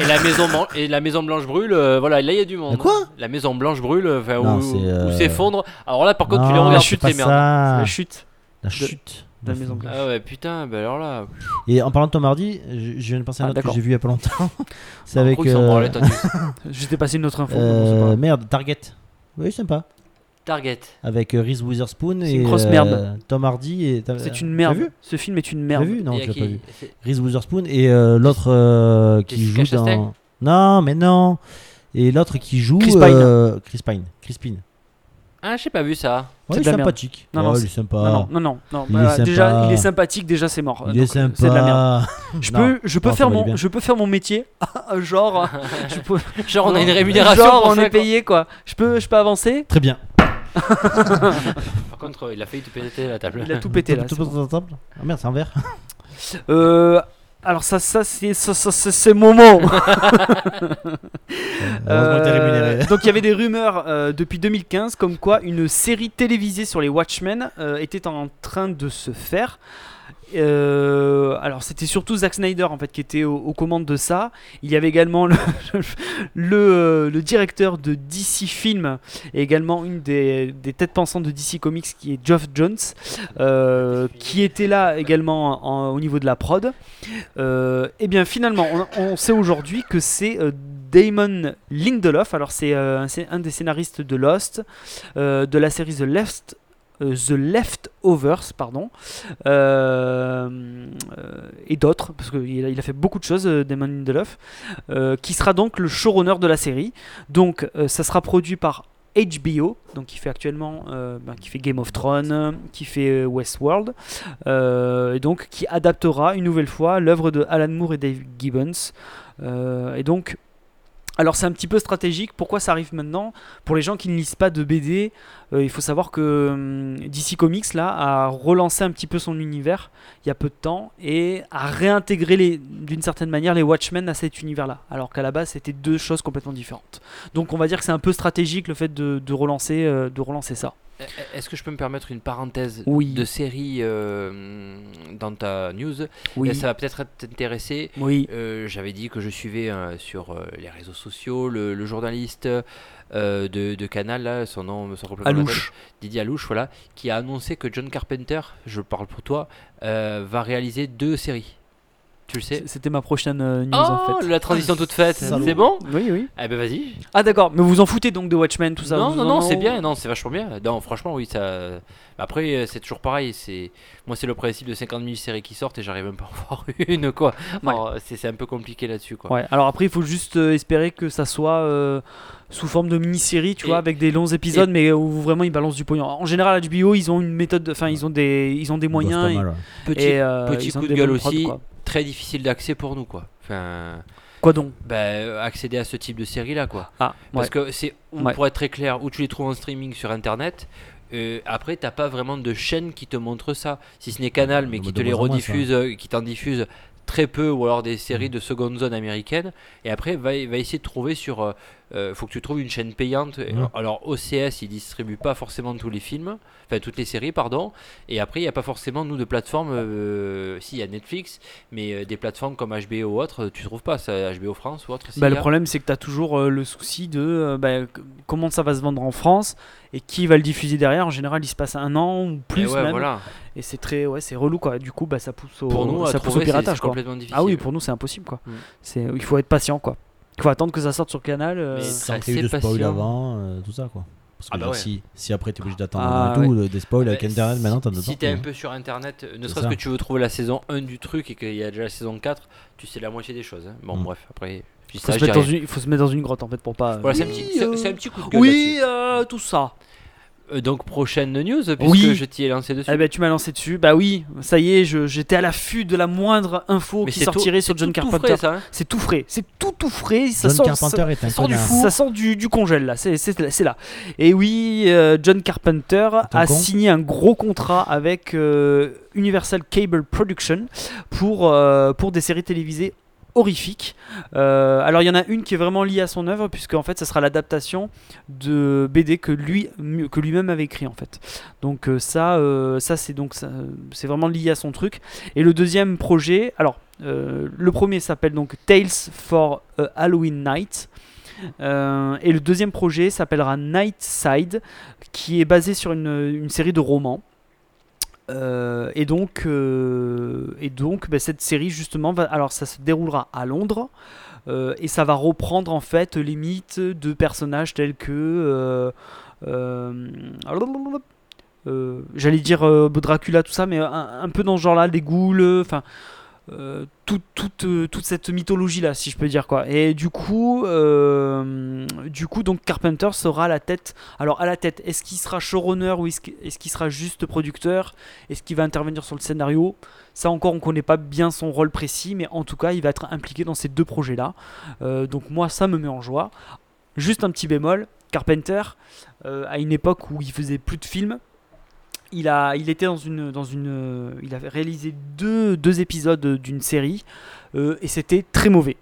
B: et la maison, Blan- et la Maison Blanche brûle, euh, voilà, là il y a du monde.
C: Mais quoi
B: La Maison Blanche brûle, enfin,
C: Non,
B: où
C: c'est,
B: où
C: euh,
B: s'effondre. Alors là, par contre, tu les
C: Non,
B: regardes,
C: c'est
B: tu
C: Ah, pas
B: tes merdes.
C: ça.
D: La chute.
C: La chute.
D: de la Maison Blanche.
B: Ah ouais, putain, bah alors là.
C: Et en parlant de Tom Hardy, je, je viens de penser à
D: Ah,
C: un autre que
D: d'accord.
C: j'ai vu il y a pas longtemps. C'est
B: en
C: avec.
B: gros, ils s'en
C: euh,
B: branlaient, t'as dit.
D: J'étais passé une autre info.
C: euh,
D: bon, c'est pas grave.
C: merde, Target. Oui, sympa.
B: Target.
C: Avec euh, Reese Witherspoon
D: C'est
C: et
D: une grosse
C: euh,
D: merde.
C: Tom Hardy et.
D: C'est une
C: T'as
D: merde.
C: vu
D: Ce film est une
C: T'as
D: merde.
C: vu Non,
B: Et
C: tu l'as
B: qui-
C: pas vu.
B: c'est-
C: Reese Witherspoon et euh, l'autre euh, qui
B: Jessica
C: joue
B: Chastain
C: dans. Non, mais non. Et l'autre qui joue.
D: Chris Pine.
C: euh, Chris Pine. Chris Pine.
B: Ah, j'ai pas vu ça.
C: Ouais, il
D: C'est de
C: est
D: la merde.
C: sympathique.
D: Non, non,
C: Ouais, il
D: c'est-
C: est sympa.
D: Non, non, non, non, non.
C: Ah. Il
D: Voilà,
C: est
D: déjà,
C: sympa.
D: il est sympathique, déjà c'est mort.
C: Il est
D: Donc, euh,
C: sympa.
D: C'est de la merde. Je
C: Non.
D: peux, je peux
C: Non, ça
D: faire
C: valait
D: mon,
C: bien.
D: je peux faire mon métier, genre, je peux,
B: Genre, on a une rémunération.
D: genre,
B: pour
D: on
B: ça,
D: est payé quoi. Je peux, je peux avancer.
C: Très bien.
B: quoi. Par contre, il a failli te péter la table.
D: Il a tout pété là.
C: Tout-
D: c'est
C: tout-
D: bon.
C: tout- tout- tout- Ah merde, c'est un verre.
D: Euh, alors ça, ça c'est, ça, ça, ça, c'est Momo.
C: Heureusement que t'es rémunéré.
D: Euh, donc il y avait des rumeurs euh, depuis 2015 comme quoi une série télévisée sur les Watchmen euh, était en train de se faire. Euh, alors c'était surtout Zack Snyder en fait qui était aux, aux commandes de ça. Il y avait également le, le, euh, le directeur de DC Film et également une des, des têtes pensantes de DC Comics qui est Geoff Jones euh, qui était là également en- au niveau de la prod. Euh, et bien finalement, on, on sait aujourd'hui que c'est euh, Damon Lindelof. Alors c'est euh, un, c'est un des scénaristes de Lost, euh, de la série The Left. euh, The Leftovers, pardon, euh, euh, et d'autres, parce qu'il a, il a fait beaucoup de choses, euh, Damon Lindelof, euh, qui sera donc le showrunner de la série. Donc, euh, ça sera produit par HBO, donc qui fait actuellement, euh, ben, qui fait Game of Thrones, euh, qui fait euh, Westworld, euh, et donc qui adaptera une nouvelle fois l'œuvre de Alan Moore et Dave Gibbons. Euh, et donc, alors c'est un petit peu stratégique. Pourquoi ça arrive maintenant Pour les gens qui ne lisent pas de BD, euh, il faut savoir que hum, DC Comics là a relancé un petit peu son univers il y a peu de temps et a réintégré les- d'une certaine manière les Watchmen à cet univers-là, alors qu'à la base c'était deux choses complètement différentes. Donc on va dire que c'est un peu stratégique le fait de, de relancer, euh, de relancer ça.
B: Est-ce que je peux me permettre une parenthèse
D: Oui.
B: de série euh, dans ta news
D: Oui.
B: Ça va peut-être t'intéresser.
D: Oui.
B: Euh, j'avais dit que je suivais euh, sur euh, les réseaux sociaux le, le journaliste euh, de, de Canal, là, son nom me sort complètement de la tête,
D: Alouche.
B: Didier Alouche, voilà, qui a annoncé que John Carpenter, je parle pour toi, euh, va réaliser deux séries. Tu le sais
D: C'était ma prochaine euh, news
B: Oh,
D: en fait.
B: la transition toute faite,
C: salaud.
B: c'est bon
D: Oui, oui.
B: Eh ben vas-y.
D: Ah d'accord, mais vous en foutez donc de Watchmen, tout ça
B: non,
D: vous
B: non,
D: en-
B: non, c'est bien, non, c'est vachement bien. Non, franchement, oui, ça. Après, euh, c'est toujours pareil. C'est moi, c'est le principe de 50 000 séries qui sortent et j'arrive même pas à en voir une, quoi. Alors, c'est c'est un peu compliqué là-dessus, quoi.
D: Ouais, alors après, il faut juste euh, espérer que ça soit euh, sous forme de mini-série, tu
B: Et-
D: vois, avec des longs épisodes, mais où vraiment ils balancent du pognon. En général, HBO, ils ont une méthode, enfin, ils ont des, ils ont des moyens.
C: C'est pas mal, ouais.
D: et-
B: Petit,
D: et, euh,
B: petit
D: ils ont
B: coup de
D: des
B: gueule
D: bonnes prods,
B: aussi.
D: Quoi.
B: très difficile d'accès pour nous quoi. Enfin,
D: Quoi donc
B: ben, euh, accéder à ce type de série là quoi.
D: Ah,
B: Parce
D: ouais.
B: que c'est ou
D: Ouais.
B: pour être très clair, ou tu les trouves en streaming sur internet. euh, après, t'as pas vraiment de chaîne qui te montre ça, si ce n'est Canal, mais
C: De-
B: qui
C: de
B: te les
C: moins en moins, ça.
B: rediffuse, euh, qui t'en diffuse très peu, ou alors des séries
D: Mm.
B: de seconde zone américaine. Et après, va, va essayer de trouver sur. euh, euh, faut que tu trouves une chaîne payante. Et,
C: Mm.
B: Alors, OCS, ils distribuent pas forcément tous les films, enfin toutes les séries, pardon. Et après, il n'y a pas forcément, nous, de plateformes. euh, si, il y a Netflix, mais euh, des plateformes comme HBO ou autre, tu trouves pas ça, HBO France ou autre. s'il
D: Bah,
B: y
D: le
B: a.
D: problème, c'est que tu as toujours euh, le souci de euh, bah, c- comment ça va se vendre en France et qui va le diffuser derrière. En général, il se passe un an ou
B: Et
D: plus
B: Eh ouais,
D: même.
B: voilà.
D: Et c'est très, ouais, c'est relou quoi. Du coup, bah, ça pousse au,
B: pour nous,
D: ça
B: à
D: pousse
B: trouver,
D: au
B: c'est-
D: piratage
B: c'est
D: quoi.
B: complètement difficile.
D: Ah oui, pour nous, c'est impossible quoi.
B: Mm.
D: C'est, il faut être patient quoi. Il faut attendre que ça sorte sur Canal. euh,
B: Mais
C: Sans
B: assez
C: qu'il y ait eu de spoil
B: patient.
C: avant, euh, tout ça quoi. Parce que
B: Ah bah
C: genre,
B: ouais.
C: si, si après t'es obligé d'attendre
D: Ah
C: et tout, le- des spoils avec
B: Ben,
C: internet
B: si-
C: maintenant t'as de
B: Si t'es un peu sur internet, euh, ne
C: C'est
B: serait-ce que
C: ça.
B: tu veux trouver la saison 1 du truc et qu'il y a déjà la saison 4, tu sais la moitié des choses. hein. Bon,
C: Mm.
B: bref, après, je dis
D: faut
B: ça,
D: se
B: je dis
D: mettre dans
B: rien.
D: une- il faut se mettre dans une grotte en fait pour pas.
B: Voilà, c'est un,
D: Oui,
B: petit- c'est-
D: euh,
B: c'est un petit coup de gueule.
D: Oui, euh, tout ça.
B: là-dessus. Euh, donc, prochaine news, puisque
D: Oui.
B: je t'y ai lancé dessus.
D: Eh ben, tu m'as lancé dessus. Bah oui, ça y est, je- j'étais à l'affût de la moindre info
B: Mais
D: qui
B: c'est tout-
D: sortirait sur
B: c'est
D: John
B: tout- tout frais,
D: Carpenter.
B: ça, hein.
D: C'est tout frais, c'est tout tout frais. Ça
C: John
D: sort,
C: Carpenter est un
D: Ça sort du
C: connard.
D: fou, ça sort du, du congèle là, c'est- c'est c'est là. Et oui, euh, John Carpenter a
C: con.
D: signé un gros contrat avec euh, Universal Cable Production pour, euh, pour des séries télévisées horrifiques. Euh, alors il y en a une qui est vraiment liée à son œuvre puisque en fait ça sera l'adaptation de BD que lui que lui-même avait écrit en fait. Donc euh, ça euh, ça c'est donc ça, euh, c'est vraiment lié à son truc. Et le deuxième projet, alors euh, le premier s'appelle donc Tales for euh, Halloween Night. Euh, et le deuxième projet s'appellera Nightside, qui est basé sur une, une série de romans. Euh, et donc, euh, et donc bah, cette série justement, va- alors ça se déroulera à Londres. euh, et ça va reprendre en fait les mythes de personnages tels que euh, euh, euh, j'allais dire euh, Dracula tout ça mais un, un peu dans ce genre là des ghouls enfin euh, tout- toute, euh, toute cette mythologie là, si je peux dire quoi. Et du coup, euh, du coup, donc Carpenter sera à la tête. Alors à la tête, est-ce qu'il sera showrunner ou est-ce que- est-ce qu'il sera juste producteur Est-ce qu'il va intervenir sur le scénario Ça encore, on connaît pas bien son rôle précis, mais en tout cas, il va être impliqué dans ces deux projets là. donc moi, ça me met en joie. Juste un petit bémol, Carpenter, euh, à une époque où il faisait plus de films, il a il était dans une dans une euh, il avait réalisé deux, deux épisodes d'une série euh, et c'était très mauvais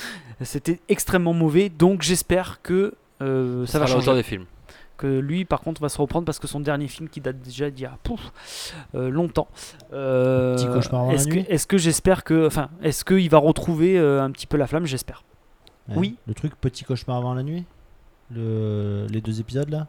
D: c'était extrêmement mauvais donc j'espère que euh, ça
B: Sera
D: va
B: à la hauteur
D: changer
B: des films.
D: que lui par contre va se reprendre parce que son dernier film qui date déjà d'il y a pouf, euh, longtemps euh,
C: Petit cauchemar avant la
D: est-ce que
C: nuit.
D: est-ce que j'espère que enfin est-ce qu'il va retrouver euh, un petit peu la flamme j'espère
C: Ouais.
D: Oui.
C: Le truc Petit cauchemar avant la nuit le... Les deux épisodes là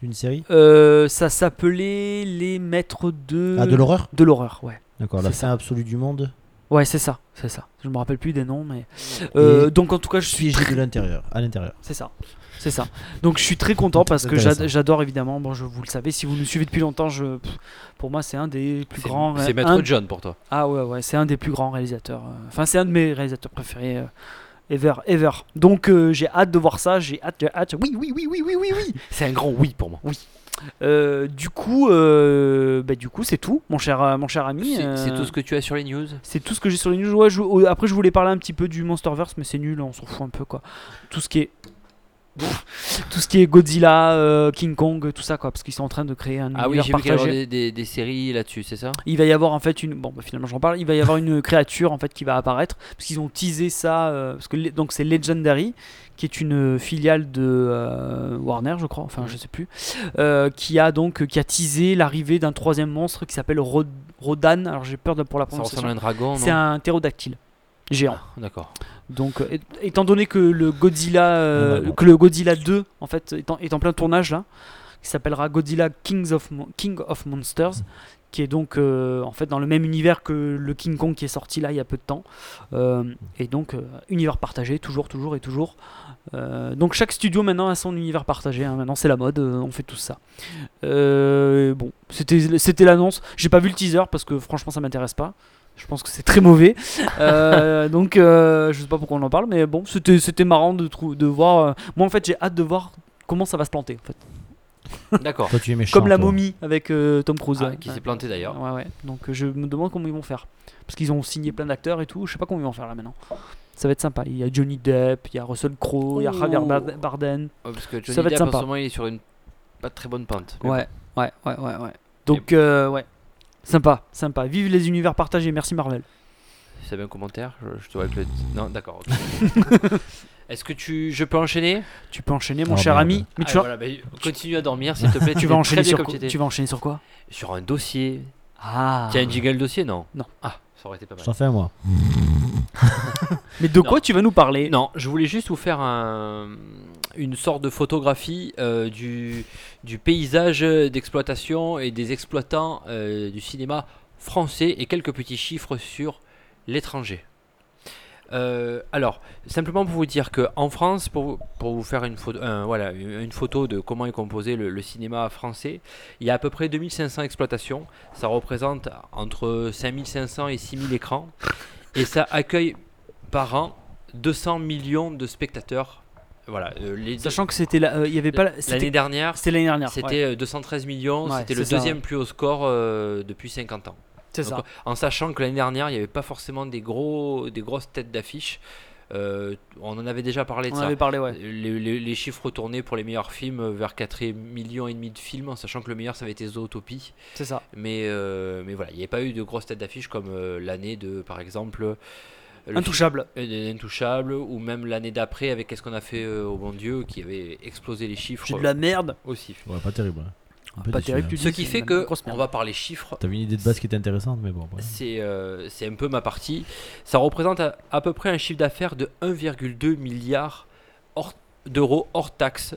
C: D'une série
D: Euh, ça s'appelait les maîtres de
C: Ah, de l'horreur
D: de l'horreur ouais
C: D'accord, la
D: c'est ça.
C: fin absolue du monde,
D: Ouais, c'est ça, c'est ça. Je me rappelle plus des noms, mais Euh,
C: Et
D: donc en tout cas, je suis.
C: figée
D: très-
C: de l'intérieur, à l'intérieur.
D: C'est ça, c'est ça. Donc je suis très content parce que j'ad-
C: Intéressant.
D: j'adore évidemment. Bon, je vous le savez, si vous nous suivez depuis longtemps, je, pff, pour moi, c'est un des plus
B: C'est-
D: grands.
B: C'est Maître
D: un-
B: John pour toi.
D: Ah ouais, ouais, c'est un des plus grands réalisateurs. euh, Enfin, c'est un de mes réalisateurs préférés. euh, Ever, ever. Donc euh, j'ai hâte de voir ça, j'ai hâte, j'ai hâte. Oui, oui, oui, oui, oui, oui, oui.
B: C'est un grand oui pour moi.
D: Euh, du coup, euh, bah, du coup, c'est tout, mon cher, euh, mon cher ami.
B: C'est c'est
D: euh,
B: tout ce que tu as sur les news.
D: C'est tout ce que j'ai sur les news. oh, Ouais, je- euh, après, je voulais parler un petit peu du Monsterverse, mais c'est nul, on s'en fout un peu quoi. Tout ce qui est. pff, tout ce qui est Godzilla, euh, King Kong, tout ça quoi, parce qu'ils sont en train de créer un
B: Ah oui,
D: univers
B: j'ai vu qu'il y
D: partagé.
B: avait des, des- des séries là-dessus, c'est ça
D: Il va y avoir en fait une. Bon, bah, finalement, j'en parle. Il va y avoir une créature en fait qui va apparaître parce qu'ils ont teasé ça. euh, parce que le- donc c'est Legendary, qui est une euh, filiale de euh, Warner, je crois. Enfin, je sais plus. euh, qui a donc euh, qui a teasé l'arrivée d'un troisième monstre qui s'appelle Rod- Rodan. Alors j'ai peur de, pour la
B: Ça ressemble
D: prononciation.
B: à un dragon,
D: C'est
B: non Ah,
D: un ptérodactyle géant.
B: D'accord.
D: Donc, euh, et- étant donné que le Godzilla, euh,
C: Normalement.
D: que le Godzilla 2 en fait est en, est en plein tournage là, qui s'appellera Godzilla Kings of Mon- King of Monsters, qui est donc euh, en fait dans le même univers que le King Kong qui est sorti là il y a peu de temps, Euh, et donc euh, univers partagé toujours, toujours et toujours. Euh, donc chaque studio maintenant a son univers partagé. hein. Maintenant c'est la mode, euh, on fait tout ça. Euh, bon, c'était c'était l'annonce. J'ai pas vu le teaser parce que franchement ça m'intéresse pas. Je pense que c'est très mauvais. Euh, donc euh, je sais pas pourquoi on en parle, mais bon, c'était c'était marrant de trou- de voir. euh, Moi en fait j'ai hâte de voir comment ça va se planter. En fait.
B: D'accord.
C: Toi, tu es méchant.
D: Comme la
C: toi.
D: momie avec euh, Tom Cruise.
B: Ah, qui
D: Ouais.
B: s'est planté d'ailleurs.
D: Ouais, ouais. Donc euh, je me demande comment ils vont faire. Parce qu'ils ont signé plein d'acteurs et tout. Je sais pas comment ils vont faire là maintenant. Ça va être sympa. Il y a Johnny Depp, il y a Russell Crowe, il y a
B: Ouh.
D: Javier Bard- Bardem.
B: Ouais, parce que Johnny
D: va être
B: Depp, en
D: sympa.
B: ce moment, il est sur une pas très bonne pente. Mais
D: Ouais, ouais, ouais, ouais, ouais. Donc euh, ouais, sympa, sympa. Vive les univers partagés. Merci Marvel.
B: bon, Ça avait un commentaire je, je te vois avec le. Non, d'accord. ok. Est-ce que tu, je peux enchaîner
D: Tu peux enchaîner, mon
C: Oh,
D: cher
C: merde.
D: ami. Mais
B: Ah,
D: tu, vas-
B: voilà, bah, Continue à dormir, s'il te plaît.
D: tu vas
B: es
D: enchaîner
B: très bien
D: sur
B: comme
D: quoi
B: tu étais.
D: Tu vas enchaîner sur quoi
B: Sur un dossier.
D: Ah.
B: Tiens, un jingle dossier, non
D: Non.
B: Ah, ça aurait été pas mal.
C: J'en fais un, moi.
D: Mais de
B: Non.
D: quoi tu vas nous parler
B: Non, je voulais juste vous faire un- une sorte de photographie euh, du, du paysage d'exploitation et des exploitants euh, du cinéma français et quelques petits chiffres sur l'étranger. Euh, alors, simplement pour vous dire qu'en France, pour, vous- pour vous faire une photo, un- voilà, une photo de comment est composé le, le cinéma français, il y a à peu près 2500 exploitations. Ça représente entre 5500 et 6000 écrans. Et ça accueille par an 200 millions de spectateurs. Voilà, euh, les-
D: Sachant que c'était là, euh, il y avait pas. la-
B: l'année
D: C'était
B: dernière,
D: c'était l'année dernière. ouais.
B: c'était euh, 213 millions,
D: Ouais,
B: c'était
D: c'est
B: le
D: ça,
B: deuxième
D: ouais.
B: plus haut score euh, depuis 50 ans.
D: C'est
B: Donc,
D: ça.
B: En sachant que l'année dernière, il n'y avait pas forcément des, gros, des grosses têtes d'affiche. Euh, on en avait déjà parlé de
D: On
B: ça.
D: avait parlé ouais.
B: Les, les- les chiffres tournés pour les meilleurs films euh, vers 4,5 millions et demi de films, en sachant que le meilleur ça avait été Zootopie.
D: C'est ça.
B: Mais, euh, mais voilà, il n'y avait pas eu de grosses têtes d'affiche comme euh, l'année de, par exemple, euh, le film-
D: Intouchable.
B: euh, Intouchable ou même l'année d'après avec Qu'est-ce qu'on a fait euh, au bon Dieu qui avait explosé les chiffres
D: J'ai de la merde.
B: aussi.
C: Ouais, pas terrible. hein. Un peu
D: Pas
C: déçu,
D: terrible.
C: hein.
D: Tu
B: Ce
D: dis,
B: qui
D: c'est
B: fait
D: une
B: que
D: grosse merde.
B: on va parler chiffres.
C: T'avais une idée de base qui était intéressante, mais bon. ouais.
B: C'est euh, c'est un peu ma partie. Ça représente à, à peu près un chiffre d'affaires de 1,2 milliard hors- d'euros hors taxe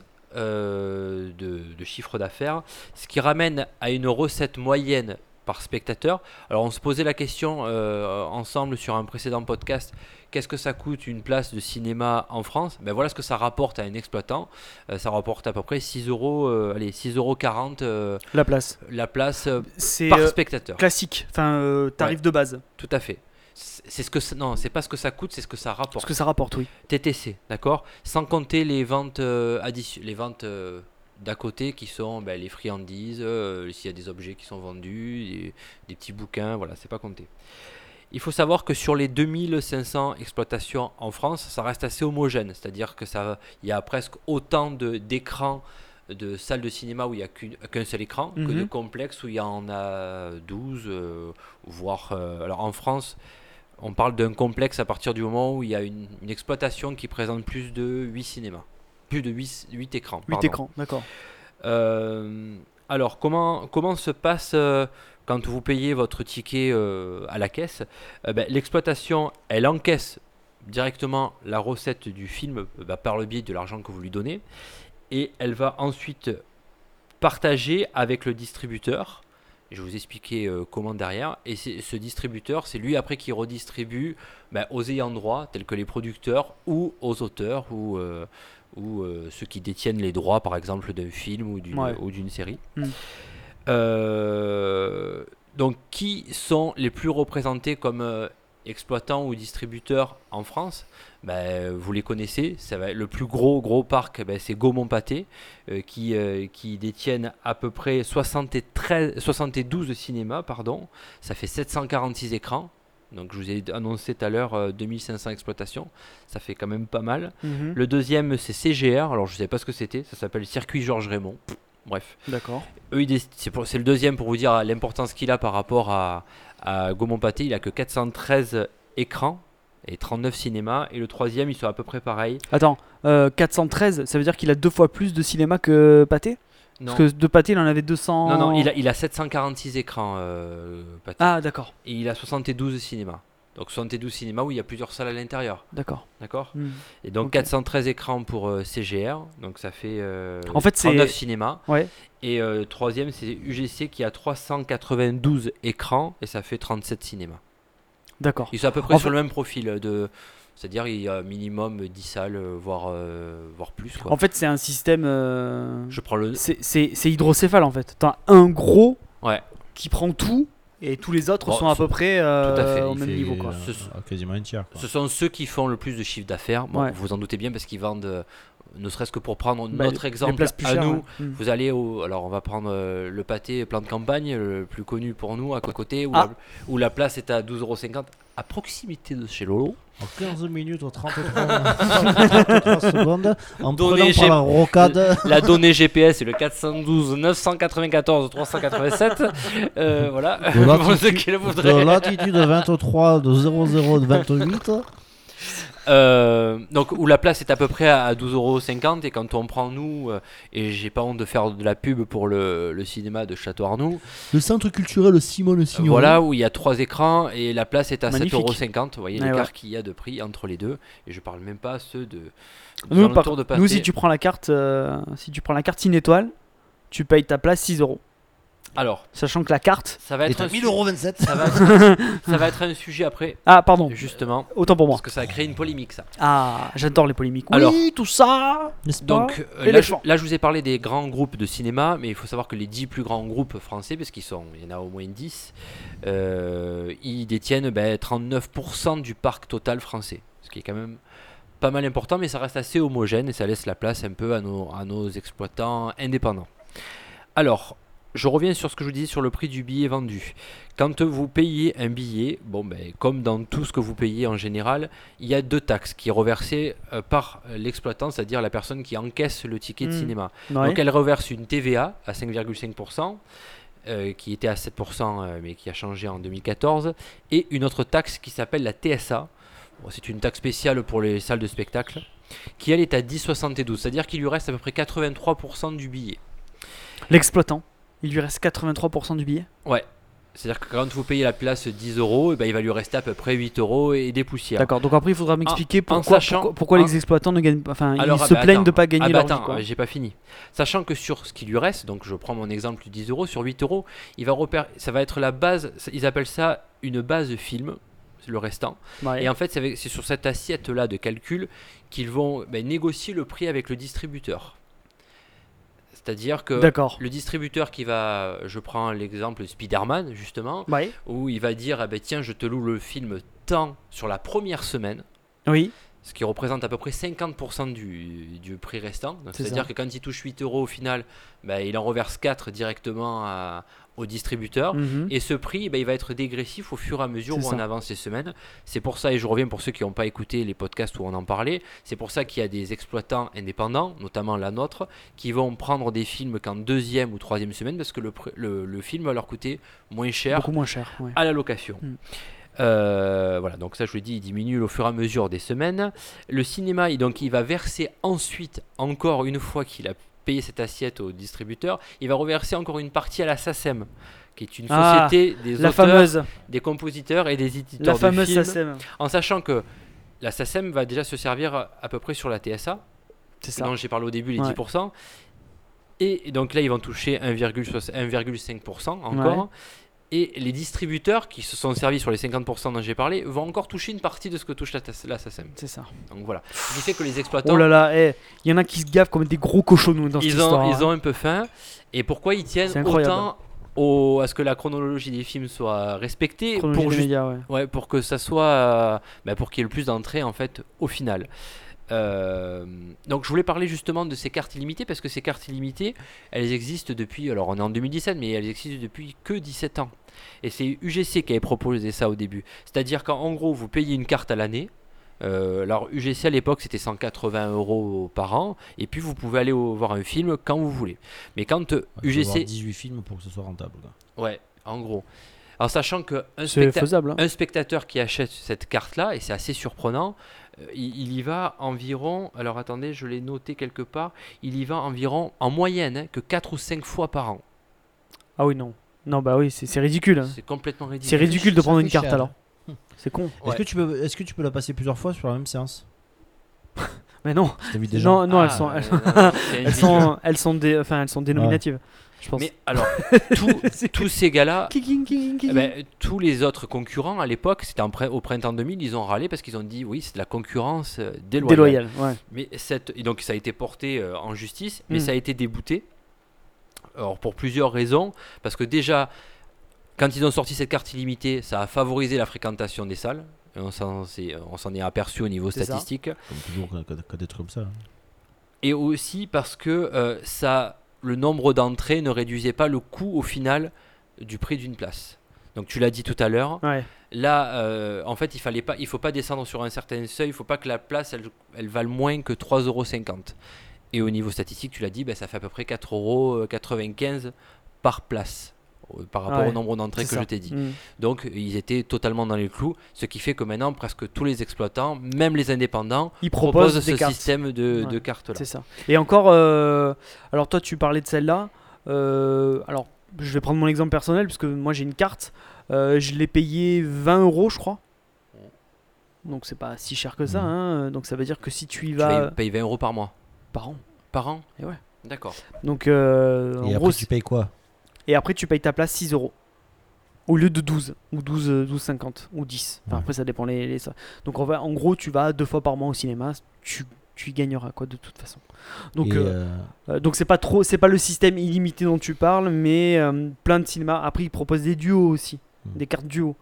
B: euh, de, de chiffre d'affaires, ce qui ramène à une recette moyenne par spectateur. Alors on se posait la question euh, ensemble sur un précédent podcast, qu'est-ce que ça coûte une place de cinéma en France Ben voilà ce que ça rapporte à un exploitant. Euh, ça rapporte à peu près 6 euros, euh, allez 6,40 euros euh,
D: La place.
B: la place euh,
D: C'est
B: par
D: euh,
B: spectateur.
D: classique. Enfin, euh, tarif de base.
B: Tout à fait. C'est c'est ce que ça- non, c'est pas ce que ça coûte, c'est ce que ça
D: Parce
B: rapporte.
D: que ça rapporte, oui.
B: TTC, d'accord Sans compter les ventes euh, addition- les ventes euh, d'à côté qui sont ben, les friandises, euh, s'il y a des objets qui sont vendus, des, des petits bouquins, voilà, c'est pas compté. Il faut savoir que sur les 2500 exploitations en France, ça reste assez homogène, c'est-à-dire que ça il y a presque autant de d'écrans de salles de cinéma où il n'y a qu'une- qu'un seul écran, que de
D: Mhm.
B: complexes où il y en a 12, euh, voire... euh, alors en France, on parle d'un complexe à partir du moment où il y a une, une exploitation qui présente plus de 8 cinémas. Plus de 8, écrans.
D: 8
B: pardon.
D: écrans, d'accord.
B: Euh, alors, comment, comment se passe euh, quand vous payez votre ticket euh, à la caisse Euh, ben, L'exploitation, elle encaisse directement la recette du film euh, bah, par le biais de l'argent que vous lui donnez et elle va ensuite partager avec le distributeur. Je vais vous expliquer euh, comment derrière. Et c'est- ce distributeur, c'est lui après qui redistribue ben, aux ayants droit, tels que les producteurs ou aux auteurs ou, euh, ou euh, ceux qui détiennent les droits, par exemple, d'un film ou d'une
D: Ouais.
B: ou d'une série.
D: Mm.
B: Euh, donc, qui sont les plus représentés comme euh, exploitants ou distributeurs en France Ben, Vous les connaissez. Ça va, le plus gros, gros parc, ben, c'est Gaumont Pâté euh, qui, euh, qui détiennent à peu près 73, 72 cinémas, pardon. ça fait 746 écrans, Donc je vous ai annoncé tout à l'heure euh, 2500 exploitations, ça fait quand même pas mal.
D: Mhm.
B: Le deuxième c'est CGR, alors je sais pas ce que c'était, ça s'appelle Circuit Georges Raymond. Pff, Bref,
D: D'accord.
B: Eux, ils déc- c'est pour- c'est le deuxième pour vous dire ah, l'importance qu'il a par rapport à, à Gaumont Pathé. Il a que 413 écrans et 39 cinémas. Et le troisième, ils sont à peu près pareils.
D: Attends, euh, 413, ça veut dire qu'il a deux fois plus de cinéma que Pathé
B: Non,
D: Parce que de Pathé, il en avait 200.
B: non, non, il, a, il a 746 écrans, euh, Pathé.
D: Ah, d'accord,
B: Et il a 72 cinémas. Donc 72 cinémas où il y a plusieurs salles à l'intérieur.
D: d'accord.
B: D'accord
D: Mhm.
B: Et donc
D: Ok.
B: 413 écrans pour euh, CGR. Donc ça fait euh,
D: En fait, c'est-
B: 39 cinémas.
D: Ouais.
B: Et euh, troisième, c'est UGC qui a 392 écrans et ça fait 37 cinémas.
D: D'accord.
B: Ils sont à peu près
D: En
B: sur le même profil euh, de c'est-à-dire il y a minimum 10 salles euh, voire euh, voire plus quoi.
D: En fait, c'est un système. euh,
B: je prends le
D: C'est c'est- c'est hydrocéphale en fait. T'as un gros
B: Ouais.
D: qui prend tout et tous les autres
B: Bon,
D: sont à
B: c'est-
D: peu près euh,
B: tout à fait,
D: au
C: Il
D: même
C: fait,
D: niveau. Quoi.
C: euh,
B: Ce sont-
C: quasiment une tiers. quoi.
B: ce sont ceux qui font le plus de chiffre d'affaires. Bon,
D: Ouais.
B: vous vous en doutez bien parce qu'ils vendent euh, ne serait-ce que pour prendre
D: Bah,
B: notre
D: les
B: exemple
D: places plus
B: à
D: chères,
B: nous.
D: ouais. Mm.
B: Vous allez au alors on va prendre euh, le pâté plan de campagne le plus connu pour nous à côté où,
D: Ah.
B: la, où la place est à 12,50€ à proximité de chez Lolo.
C: En 15 minutes, en 33 secondes, en
B: Donné
C: prenant
B: chez-
C: par la rocade.
B: La donnée GPS est le 412 994 387. Euh, voilà.
C: De là,
B: Pour
C: tu-
B: ceux qui le voudraient.
C: De latitude 23 de 00 de 28.
B: Euh, donc où la place est à peu près à 12,50€ et quand on prend nous euh, et j'ai pas honte de faire de la pub pour le, le cinéma de Château Arnoux euh,
C: Le centre culturel Simone Signoret.
B: voilà où il y a trois écrans et la place est à
D: Magnifique. Ah
B: 7,50€ vous voyez
D: Ouais,
B: l'écart
D: ouais.
B: qu'il y a de prix entre les deux et je parle même pas ceux de des
D: Nous, par-
B: alentours de
D: nous,
B: Pathé.
D: si tu prends la carte, euh, si tu prends la carte 6 étoiles, tu payes ta place 6 euros.
B: alors
D: Sachant que la carte.
B: ça va être un su-
C: 27.
B: ça va être- ça va être un sujet après
D: Ah, pardon,
B: justement
D: autant pour moi.
B: parce que ça a créé une polémique ça
D: Ah, j'adore les polémiques.
B: Alors-
D: oui, tout ça.
C: N'est-ce pas
B: Donc euh,
D: Et
B: là,
D: les
B: je,
D: chevaux.
B: là, je vous ai parlé des grands groupes de cinéma, mais il faut savoir que les 10 plus grands groupes français, parce qu'il y en a au moins 10, euh, ils détiennent ben, 39% du parc total français, ce qui est quand même pas mal important, mais ça reste assez homogène et ça laisse la place un peu à nos, à nos exploitants indépendants. Alors, je reviens sur ce que je vous disais sur le prix du billet vendu. Quand vous payez un billet, bon ben, comme dans tout ce que vous payez en général, il y a deux taxes qui est reversée euh, par l'exploitant, c'est-à-dire la personne qui encaisse le ticket de
D: Mm.
B: cinéma.
D: Ouais.
B: Donc elle reverse une TVA à 5,5%, euh, qui était à 7%, euh, mais qui a changé en 2014, et une autre taxe qui s'appelle la TSA. Bon, c'est une taxe spéciale pour les salles de spectacle, qui elle est à 10,72, c'est-à-dire qu'il lui reste à peu près 83% du billet.
D: L'exploitant, il lui reste 83% du billet.
B: Ouais. C'est-à-dire que quand vous payez la place 10 euros, eh ben, il va lui rester à peu près 8 euros et des poussières.
D: D'accord. Donc après, il faudra m'expliquer pourquoi,
B: sachant-
D: pourquoi, pourquoi
B: en-
D: les exploitants ne gagnent pas. Enfin,
B: Alors,
D: ils
B: ah
D: se
B: bah
D: plaignent
B: attends.
D: de pas gagner
B: Ah bah
D: leur vie,
B: attends,
D: quoi.
B: euh, j'ai pas fini. Sachant que sur ce qui lui reste, donc je prends mon exemple du 10 euros, sur 8 euros, il va repérer, ça va être la base, ça- ils appellent ça une base film, c'est le restant.
D: Ouais.
B: Et en fait, c'est avec- c'est sur cette assiette-là de calcul qu'ils vont ben, négocier le prix avec le distributeur. C'est-à-dire que
D: D'accord.
B: le distributeur qui va, je prends l'exemple de Spider-Man justement,
D: Ouais.
B: où il va dire, ah ben, tiens, je te loue le film tant sur la première semaine
D: Oui.
B: ce qui représente à peu près 50% du, du prix restant. Donc,
D: C'est
B: C'est-à-dire
D: ça.
B: que quand il touche 8 euros au final, bah, il en reverse 4 directement à- au distributeur.
D: Mhm.
B: Et ce prix, bah, il va être dégressif au fur et à mesure où
D: C'est
B: on
D: ça.
B: avance les semaines. C'est pour ça, et je reviens pour ceux qui n'ont pas écouté les podcasts où on en parlait, c'est pour ça qu'il y a des exploitants indépendants, notamment la nôtre, qui vont prendre des films qu'en deuxième ou troisième semaine parce que le, pr- le- le film va leur coûter moins cher
D: Beaucoup moins cher. ouais.
B: à la location.
D: Mm.
B: Euh, voilà, donc ça je vous le dis, il diminue au fur et à mesure des semaines. Le cinéma, il, donc, il va verser ensuite, encore une fois qu'il a payé cette assiette au distributeur, il va reverser encore une partie à la SACEM, E qui est une
D: Ah,
B: société des
D: La
B: auteurs,
D: fameuse,
B: des compositeurs et des éditeurs
D: la
B: de
D: fameuse E.
B: films.
D: SACEM.
B: En sachant que la SACEM E va déjà se servir à peu près sur la TSA,
D: C'est ça.
B: dont j'ai parlé au début, les
D: Ouais.
B: 10%. Et donc là, ils vont toucher 1,6 1,5% encore.
D: Ouais.
B: Et les distributeurs qui se sont servis sur les 50% dont j'ai parlé vont encore toucher une partie de ce que touche la, TAS la SACEM.
D: C'est ça.
B: Donc voilà. Ce qui fait que les exploitants,
D: Oh là là, eh, il y en a qui se gavent comme des gros cochons nous, dans cette
B: ils, ont,
D: histoire. hein.
B: ils ont un peu faim. Et pourquoi ils
D: C'est
B: tiennent
D: incroyable.
B: autant au- à ce que la chronologie des films soit respectée
D: Chronologie
B: pour
D: des
B: juste
D: médias, ouais.
B: Ouais, pour que ça soit, euh, bah, pour qu'il y ait le plus d'entrées en fait au final. Euh, donc je voulais parler justement de ces cartes illimitées parce que ces cartes illimitées, elles existent depuis, alors on est en 2017, mais elles existent depuis que 17 ans. Et c'est UGC qui avait proposé ça au début. C'est-à-dire qu'en gros, vous payez une carte à l'année. Euh, alors UGC à l'époque c'était 180 euros par an et puis vous pouvez aller au- voir un film quand vous voulez. Mais quand euh,
C: Ouais, faut avoir
B: UGC,
C: 18 films pour que ce soit rentable. quoi.
B: ouais, en gros, en sachant que un
D: C'est
B: spectacle
D: faisable. hein.
B: un spectateur qui achète cette carte-là, et c'est assez surprenant, euh, il, il y va environ, alors attendez, je l'ai noté quelque part, il y va environ, en moyenne, hein, que 4 ou 5 fois par an.
D: Ah oui, non. Non, bah oui, c'est c'est ridicule. hein.
B: C'est complètement ridicule.
D: C'est ridicule de
C: Ça
D: prendre une
C: fait
D: carte
C: cher.
D: alors. C'est con.
B: Ouais.
C: Est-ce que tu peux, est-ce que tu peux la passer plusieurs fois sur la même séance
D: Mais non,
C: Si t'invites des gens.
D: non, non,
B: Ah,
D: elles sont, elles,
B: euh, non, non, c'est
D: elles
B: individuel.
D: sont, elles sont, dé- enfin, elles sont dénominatives. Je pense.
B: Mais alors, tous- tous ces gars-là,
D: Kicking, kicking,
B: Eh
D: kicking.
B: ben, tous les autres concurrents à l'époque, c'était en pré- au printemps 2000, ils ont râlé parce qu'ils ont dit oui, c'est de la concurrence euh, déloyale.
D: Déloyal, ouais.
B: Mais cette, et donc ça a été porté euh, en justice, mais
D: Mm.
B: ça a été débouté. Alors pour plusieurs raisons, parce que déjà, quand ils ont sorti cette carte illimitée, ça a favorisé la fréquentation des salles. Et on s'en c'est- on s'en est, aperçu au niveau
D: C'est ça.
B: statistique.
C: Comme toujours, quand- quand quand des trucs comme ça. hein.
B: Et aussi parce que euh, ça, le nombre d'entrées ne réduisait pas le coût au final du prix d'une place. Donc tu l'as dit tout à l'heure,
D: Ouais.
B: Là, euh, en fait, il fallait pas, il faut pas descendre sur un certain seuil. Il faut pas que la place, elle, elle vale moins que 3,50€. Et au niveau statistique, tu l'as dit, ben, ça fait à peu près 4,95€ par place euh, par rapport
D: Ah Ouais,
B: au nombre d'entrées
D: c'est
B: que
D: ça.
B: je t'ai dit.
D: Mm.
B: Donc, ils étaient totalement dans les clous, ce qui fait que maintenant, presque tous les exploitants, même les indépendants,
D: Ils proposent,
B: proposent
D: des
B: ce
D: cartes.
B: système de,
D: Ouais,
B: de cartes-là.
D: C'est ça. Et encore, euh, alors toi, tu parlais de celle-là. Euh, alors, je vais prendre mon exemple personnel, puisque moi j'ai une carte. Euh, je l'ai payée 20 euros, je crois. Donc c'est pas si cher que ça.
C: Mhm.
D: hein. Donc ça veut dire que si tu y
B: Tu
D: vas
B: vas- payes 20 euros par mois,
D: par an.
B: par an.
D: Et ouais.
B: D'accord.
D: Donc euh, en
C: Et
D: gros,
C: après, tu payes quoi
D: Et après, tu payes ta place 6 euros. Au lieu de 12, ou 12, euh, 12,50, ou 10. Enfin,
C: Ouais.
D: Après, ça dépend les. les- ça. Donc, en, va- en gros, tu vas deux fois par mois au cinéma, tu, tu y gagneras, quoi, de toute façon. Donc,
C: Et,
D: euh,
C: euh,
D: euh, donc c'est pas trop, c'est pas le système illimité dont tu parles, mais euh, plein de cinémas. Après, ils proposent des duos aussi,
B: Hmm.
C: Mm.
D: des cartes duo.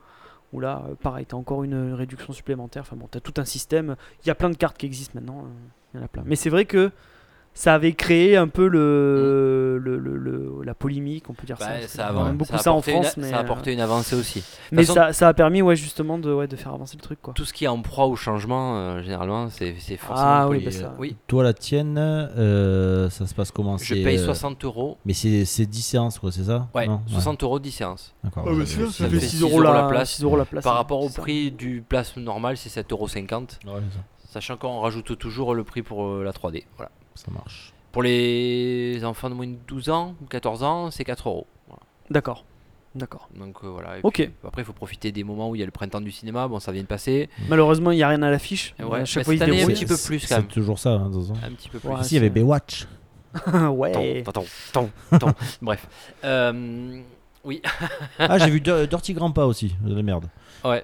D: Où là, euh, pareil, t'as encore une euh, réduction supplémentaire. Enfin bon, t'as tout un système. Il y a plein de cartes qui existent maintenant. euh, Il y en a plein. Mais c'est vrai que ça avait créé un peu le, le- le- le- la polémique, on peut dire ça.
B: Hmm. Bah,
D: parce que
B: ça,
D: on
B: avance-
D: aime beaucoup ça,
B: ça a
D: en
B: apporté une-
D: France, mais,
B: ça a
D: euh,
B: apporté une avancée aussi.
D: mais
B: façon-
D: ça, ça a permis, ouais, justement, de, ouais, de faire avancer le truc, quoi.
B: Tout ce qui est en proie au changement, euh, généralement, c'est c'est forcément.
D: Ah oui,
C: et,
D: bah ça.
C: euh,
B: Oui.
C: Toi, la tienne, euh, ça se passe comment
B: Je
C: C'est,
B: paye
C: euh,
B: 60 euros.
C: Mais c'est c'est 10 séances, quoi, c'est ça
B: Ouais,
C: Non
B: 60 euros 10 séances.
C: D'accord.
E: Ah,
C: ouais,
E: mais c'est
C: ouais,
E: ça,
C: c'est
E: ça
C: bien.
E: fait
B: 6 euros la place.
D: 6 euros la place.
B: Par
D: hein,
B: rapport au
D: c'est ça.
B: prix du place normal, c'est 7,50 euros.
C: Ouais, ça,
B: Sachant qu'on rajoute toujours le prix pour euh, la 3D. Voilà.
C: ça marche.
B: Pour les enfants de moins de 12 ans, 14 ans, c'est 4 euros. Voilà.
D: D'accord. D'accord.
B: Donc euh, voilà. Et
D: Ok.
B: puis, après, il faut profiter des moments où il y a le printemps du cinéma. Bon, ça vient de passer.
D: Malheureusement, il n'y a rien à l'affiche.
B: Et ouais,
D: À chaque
B: bah,
D: fois,
B: cette
D: il
B: année, un
D: déroule.
B: petit peu plus, quand
C: C'est
B: même.
C: toujours ça, hein, dans un-
B: Un petit peu plus.
D: Ouais,
C: Ici, il y avait
D: c'est-
C: Baywatch.
D: Ah ouais.
B: Attends, attends, attends, attends. Bref. Euh,
C: Ah, j'ai vu Dir- Dirty Grandpa aussi, de la merde.
B: ouais.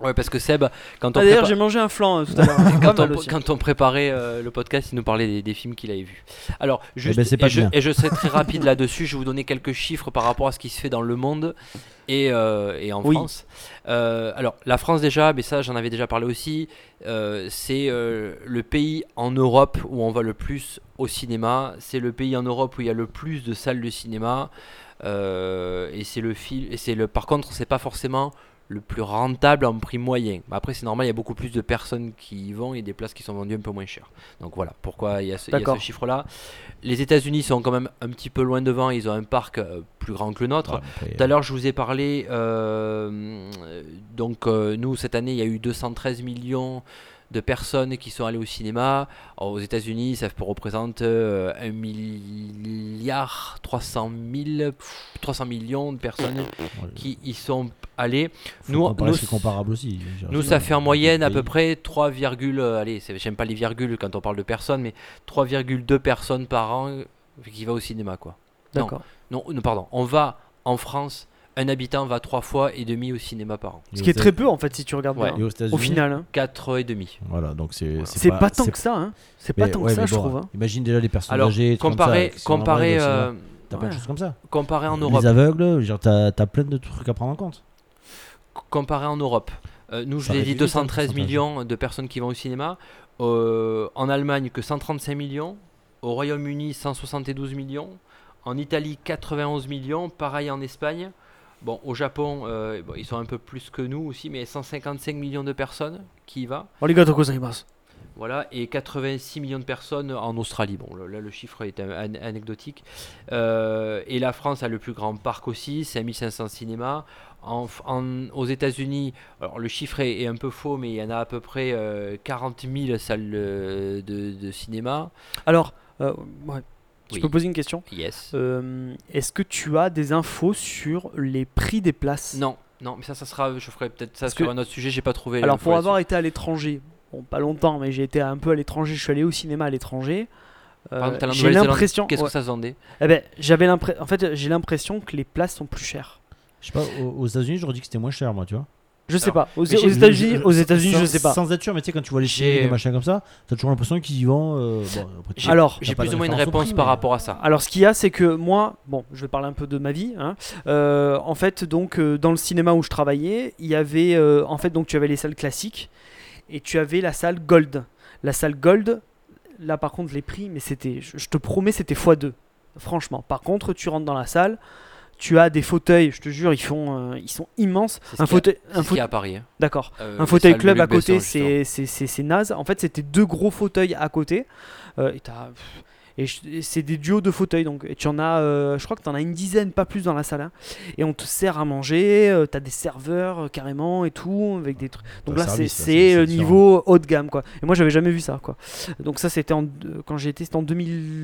B: ouais, parce que Seb, quand on
D: Ah, D'ailleurs,
B: prépare-
D: j'ai mangé un flan euh, tout à l'heure. Pas
B: quand,
D: mal
B: on,
D: aussi.
B: quand on préparait euh, le podcast, il nous parlait des, des films qu'il avait vus. Alors, juste,
C: ben, c'est pas
B: et, je,
C: bien.
B: et je serai très rapide là-dessus, je vais vous donner quelques chiffres par rapport à ce qui se fait dans le monde et, euh, et en
D: Oui.
B: France. Euh, alors, la France déjà, mais ça j'en avais déjà parlé aussi, euh, c'est euh, le pays en Europe où on va le plus au cinéma, c'est le pays en Europe où il y a le plus de salles de cinéma, euh, et c'est le fil, et c'est le, par contre, c'est pas forcément le plus rentable en prix moyen. Mais Après, c'est normal, il y a beaucoup plus de personnes qui y vont et des places qui sont vendues un peu moins chères. Donc voilà, pourquoi il y a ce, il y a ce
D: D'accord.
B: chiffre-là. Les États-Unis sont quand même un petit peu loin devant, ils ont un parc euh, plus grand que le nôtre.
C: Ouais, après,
B: Tout à l'heure, je vous ai parlé. euh, euh, donc, euh, nous, cette année, il y a eu 213 millions de personnes qui sont allées au cinéma. Alors, aux États-Unis, ça représente euh, 1 milliard 300 000, 300 millions de personnes
C: ouais,
B: qui y sont allées.
C: faut
B: nous,
C: comparer
B: nous-
C: ce qui est comparable aussi. je veux dire,
B: Nous,
C: c'est
B: ça
C: pas-
B: fait en moyenne à
C: pays.
B: peu près 3, virgule, euh, allez, c'est- j'aime pas les virgules quand on parle de personnes, mais 3,2 personnes par an euh, qui va au cinéma, quoi. non.
D: D'accord.
B: Non, non, pardon. On va en France, un habitant va trois fois et demi au cinéma par an.
C: Et
D: Ce
C: aux
D: qui est
C: États-
D: très peu en fait si tu regardes
B: Ouais.
D: bien.
C: et aux États-Unis,
D: Au final, hein.
B: Quatre et demi.
C: Voilà, donc c'est
D: c'est pas, tant
C: c'est-
D: que ça. hein. C'est pas
C: mais-
D: tant
C: ouais,
D: que ça,
C: mais
D: je
C: bon,
D: trouve. hein.
C: Imagine déjà les personnes
B: Alors,
C: âgées. trucs comme ça,
B: comparé,
C: qui sont
B: comparé,
C: en vrai,
B: euh,
C: donc, c'est- T'as plein de
D: ouais.
C: choses comme ça.
B: comparé en
C: Les
B: Europe,
C: aveugles, genre, t'as t'as plein de trucs à prendre en compte.
B: comparé en Europe, Euh, nous, je
C: Ça
B: l'ai dit,
C: réduit, ça,
B: 213
C: le pourcentage.
B: millions de personnes qui vont au cinéma. Euh, en Allemagne, que 135 millions. Au Royaume-Uni, 172 millions. En Italie, 91 millions. Pareil en Espagne. Bon, au Japon, euh, bon, ils sont un peu plus que nous aussi, mais 155 millions de personnes qui y va. Voilà, et 86 millions de personnes en Australie. Bon, le- là, le chiffre est an- an- anecdotique. Euh, et la France a le plus grand parc aussi, 5500 cinémas. En, F- en- aux États-Unis, alors le chiffre est, est un peu faux, mais il y en a à peu près euh, 40 000 salles euh, de, de cinéma.
D: Alors, euh, ouais. je
B: Oui.
D: peux poser une question
B: Yes.
D: Euh, Est-ce que tu as des infos sur les prix des places
B: Non, non, mais ça, ça sera. Je ferai peut-être ça
D: Parce
B: sur
D: que-
B: un autre sujet, j'ai pas trouvé.
D: Alors
B: l'info
D: pour avoir
B: là-dessus.
D: été à l'étranger, bon pas longtemps, mais j'ai été un peu à l'étranger, je suis allé au cinéma à l'étranger. euh,
B: Par contre, t'as la
D: j'ai
B: Nouvelle-Zélande,
D: l'impression,
B: Qu'est-ce
D: ouais.
B: que ça se vendait
D: Eh ben, j'avais l'impré- en fait, j'ai l'impression que les places sont plus chères.
C: Je sais pas, aux, aux États-Unis, j'aurais dit que c'était moins cher, moi, tu vois.
D: Je sais
B: Alors,
D: pas. Aux, aux
C: Mais j'ai-
D: États-Unis,
C: je-
D: aux États-Unis,
C: sans-
D: je sais pas.
C: Sans être sûr, mais tu sais, quand tu vois les
B: J'ai-
C: chiffres, les machins comme ça, t'as toujours l'impression qu'ils y vont. euh, bon, après, tu-
B: J'ai-
D: Alors,
B: J'ai
C: pas
B: plus
C: de
B: ou moins une
C: référence au
B: réponse
C: prix,
B: par
C: mais-
B: rapport à ça.
D: Alors, ce qu'il y a, c'est que moi, bon, je vais parler un peu de ma vie. hein. Euh, en fait, donc, euh, dans le cinéma où je travaillais, il y avait, euh, en fait, donc, tu avais les salles classiques et tu avais la salle Gold. La salle Gold, là, par contre, les prix, mais c'était, je, je te promets, c'était x2. Franchement. Par contre, tu rentres dans la salle, tu as des fauteuils, je te jure, ils font, euh, ils sont immenses.
B: C'est ce qu'il y
D: Un
B: a-
D: fauteuil,
B: C'est
D: un
B: ce qu'il y a
D: fauteuil,
B: à Paris. hein.
D: d'accord
B: Euh,
D: un
B: les
D: fauteuil
B: salles de
D: club
B: Luc
D: à côté,
B: Besson, justement.
D: c'est- c'est c'est- c'est naze. En fait, c'était deux gros fauteuils à côté. Euh, et t'as- pff, et je- et c'est des duos de fauteuils. Donc, et tu en as, euh, je crois que tu en as une dizaine, pas plus dans la salle. hein. Et on te sert à manger. tu as des serveurs euh, carrément et tout. Avec des trucs. Donc
C: le
D: là, c'est
C: service, là,
D: c'est
C: c'est-
D: le
C: c'est
D: niveau haut de gamme. Quoi. Et moi, j'avais jamais vu ça. Quoi. Donc, ça, c'était en- euh, quand j'ai été, c'était en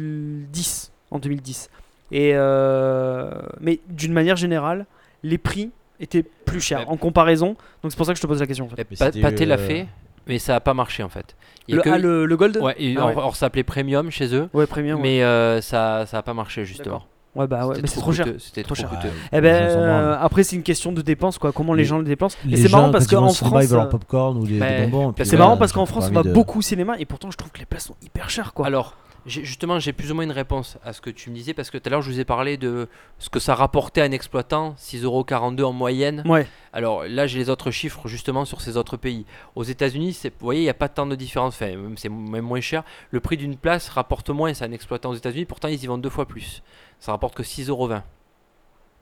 D: 2010. En 2010. Et euh, mais d'une manière générale, les prix étaient plus chers
B: Ouais.
D: en comparaison. Donc c'est pour ça que je te pose la question. en fait.
B: Eh,
C: Mais
B: Pa-
C: c'était,
B: Pathé l'a
C: euh,
B: fait, mais ça a pas marché en fait. Il y a
D: Le,
B: que-
D: ah, le, le gold
B: Ouais, et-
D: Ah
B: or-
D: ouais.
B: or, ça s'appelait Premium chez eux,
D: Ouais, premium. ouais.
B: mais euh, ça ça a pas marché justement.
D: D'accord. Ouais, bah ouais,
B: C'était
D: mais c'est trop cher.
B: coûteux, C'était
D: Trop
B: trop,
D: cher.
B: coûteux.
D: Eh ben,
C: Les gens s'en branlent.
D: euh, après, c'est une question de dépenses, quoi. Comment les,
C: Les-
D: gens le dépensent. Et
C: les
D: c'est marrant
C: gens,
D: parce
C: quand ils vont
D: qu'en
C: au cinéma,
D: France.
C: ils veulent leur
D: euh,
C: popcorn ou des, des
B: Ben,
C: bonbons. et puis
D: C'est
C: voilà,
D: marrant parce
C: ça
D: qu'en
C: te
D: France, on
C: permet
D: va
C: de-
D: beaucoup au cinéma et pourtant, je trouve que les places sont hyper chères, quoi.
B: Alors, j'ai- justement, j'ai plus ou moins une réponse à ce que tu me disais parce que tout à l'heure je vous ai parlé de ce que ça rapportait à un exploitant, 6,42€ en moyenne.
D: ouais,
B: Alors là, j'ai les autres chiffres justement sur ces autres pays. Aux États-Unis, c'est- vous voyez, il n'y a pas tant de différence. Enfin, même- c'est même moins cher. Le prix d'une place rapporte moins à un exploitant aux États-Unis. Pourtant, ils y vendent deux fois plus. Ça rapporte que 6,20€.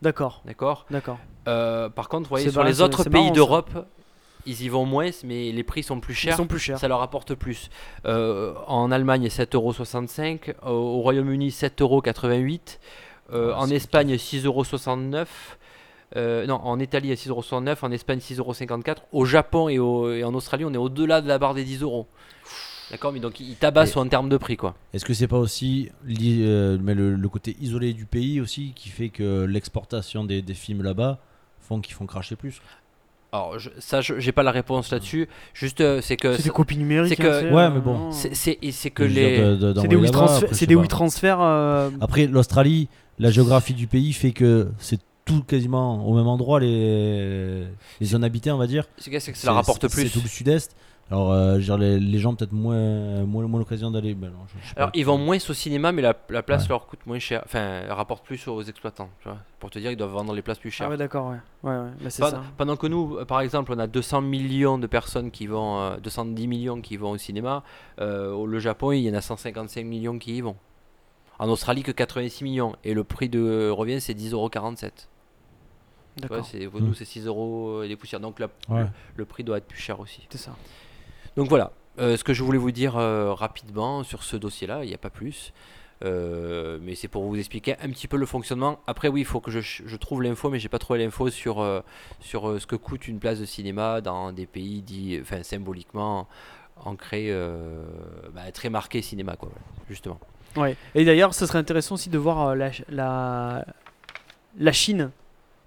D: d'accord,
B: D'accord
D: d'accord.
B: Euh, par contre, vous voyez,
D: C'est
B: sur
D: marrant,
B: les
D: c'est-
B: autres
D: c'est marrant,
B: pays
D: ça.
B: d'Europe, ils y vont moins, mais les prix sont plus
D: Ils
B: chers.
D: sont plus chers.
B: Ça leur apporte plus. Euh, en Allemagne, 7,65€. Au, au Royaume-Uni, 7,88€. Euh, en Espagne, 6,69€. Euh, non, en Italie, 6,69€. En Espagne, 6,54€. Au Japon et, au- et en Australie, on est au-delà de la barre des 10€. D'accord Mais donc, ils tabassent en termes de prix, quoi.
C: Est-ce que c'est pas aussi li- euh, mais le, le côté isolé du pays aussi qui fait que l'exportation des, des films là-bas font qu'ils font cracher plus
B: Alors, je, ça, je- j'ai pas la réponse là-dessus. Juste, euh, c'est que.
D: C'est des
B: ça-
D: copies numériques.
B: c'est que-
D: hein,
C: Ouais, mais bon.
D: non.
B: C'est
D: C'est
B: c'est- et c'est que
C: Je veux dire,
B: les.
C: de- de-
D: des
C: d'envoyer
D: Wii
C: là-bas,
D: transfer-
C: après, je
D: c'est
C: sais
D: des
C: pas.
D: Wii transferts. euh,
B: Ah,
C: Après, l'Australie, la géographie du pays fait que c'est tout quasiment au même endroit les, les zones habitées, on va dire.
B: Ce qu'il y a, c'est que ça leur rapporte
C: c'est- C'est tout
B: plus.
C: le sud-est. Alors, euh, je veux dire, les, les gens peut-être moins, moins, moins l'occasion d'aller. ben non, je- je sais pas.
B: Alors, ils vont moins au cinéma, mais la, la place
C: Ouais.
B: leur coûte moins cher. Enfin, elle rapporte plus aux exploitants. tu vois. Pour te dire, ils doivent vendre les places plus
D: Ah
B: chères.
D: ouais, d'accord, ouais. Ouais, ouais, bah, c'est
B: Pen-
D: ça.
B: Pendant que nous, euh, par exemple, on a 200 millions de personnes qui vont, euh, 210 millions qui vont au cinéma. euh, au le Japon, il y en a 155 millions qui y vont. En Australie, que 86 millions. Et le prix de euh, revient, c'est 10,47€. Tu vois,
D: D'accord.
B: c'est-
C: Mm.
B: Nous, c'est 6 euros et des poussières. Donc, la-
C: Ouais.
B: le, le prix doit être plus cher aussi.
D: C'est ça.
B: Donc voilà, euh, ce que je voulais vous dire euh, rapidement sur ce dossier-là, il n'y a pas plus. Euh, mais c'est pour vous expliquer un petit peu le fonctionnement. Après, oui, il faut que je, ch- je trouve l'info, mais j'ai pas trouvé l'info sur, euh, sur euh, ce que coûte une place de cinéma dans des pays dits, enfin, symboliquement ancrés, euh, bah, très marqués cinéma, quoi, voilà, justement.
D: Ouais. Et d'ailleurs, ce serait intéressant aussi de voir euh, la, la, la Chine,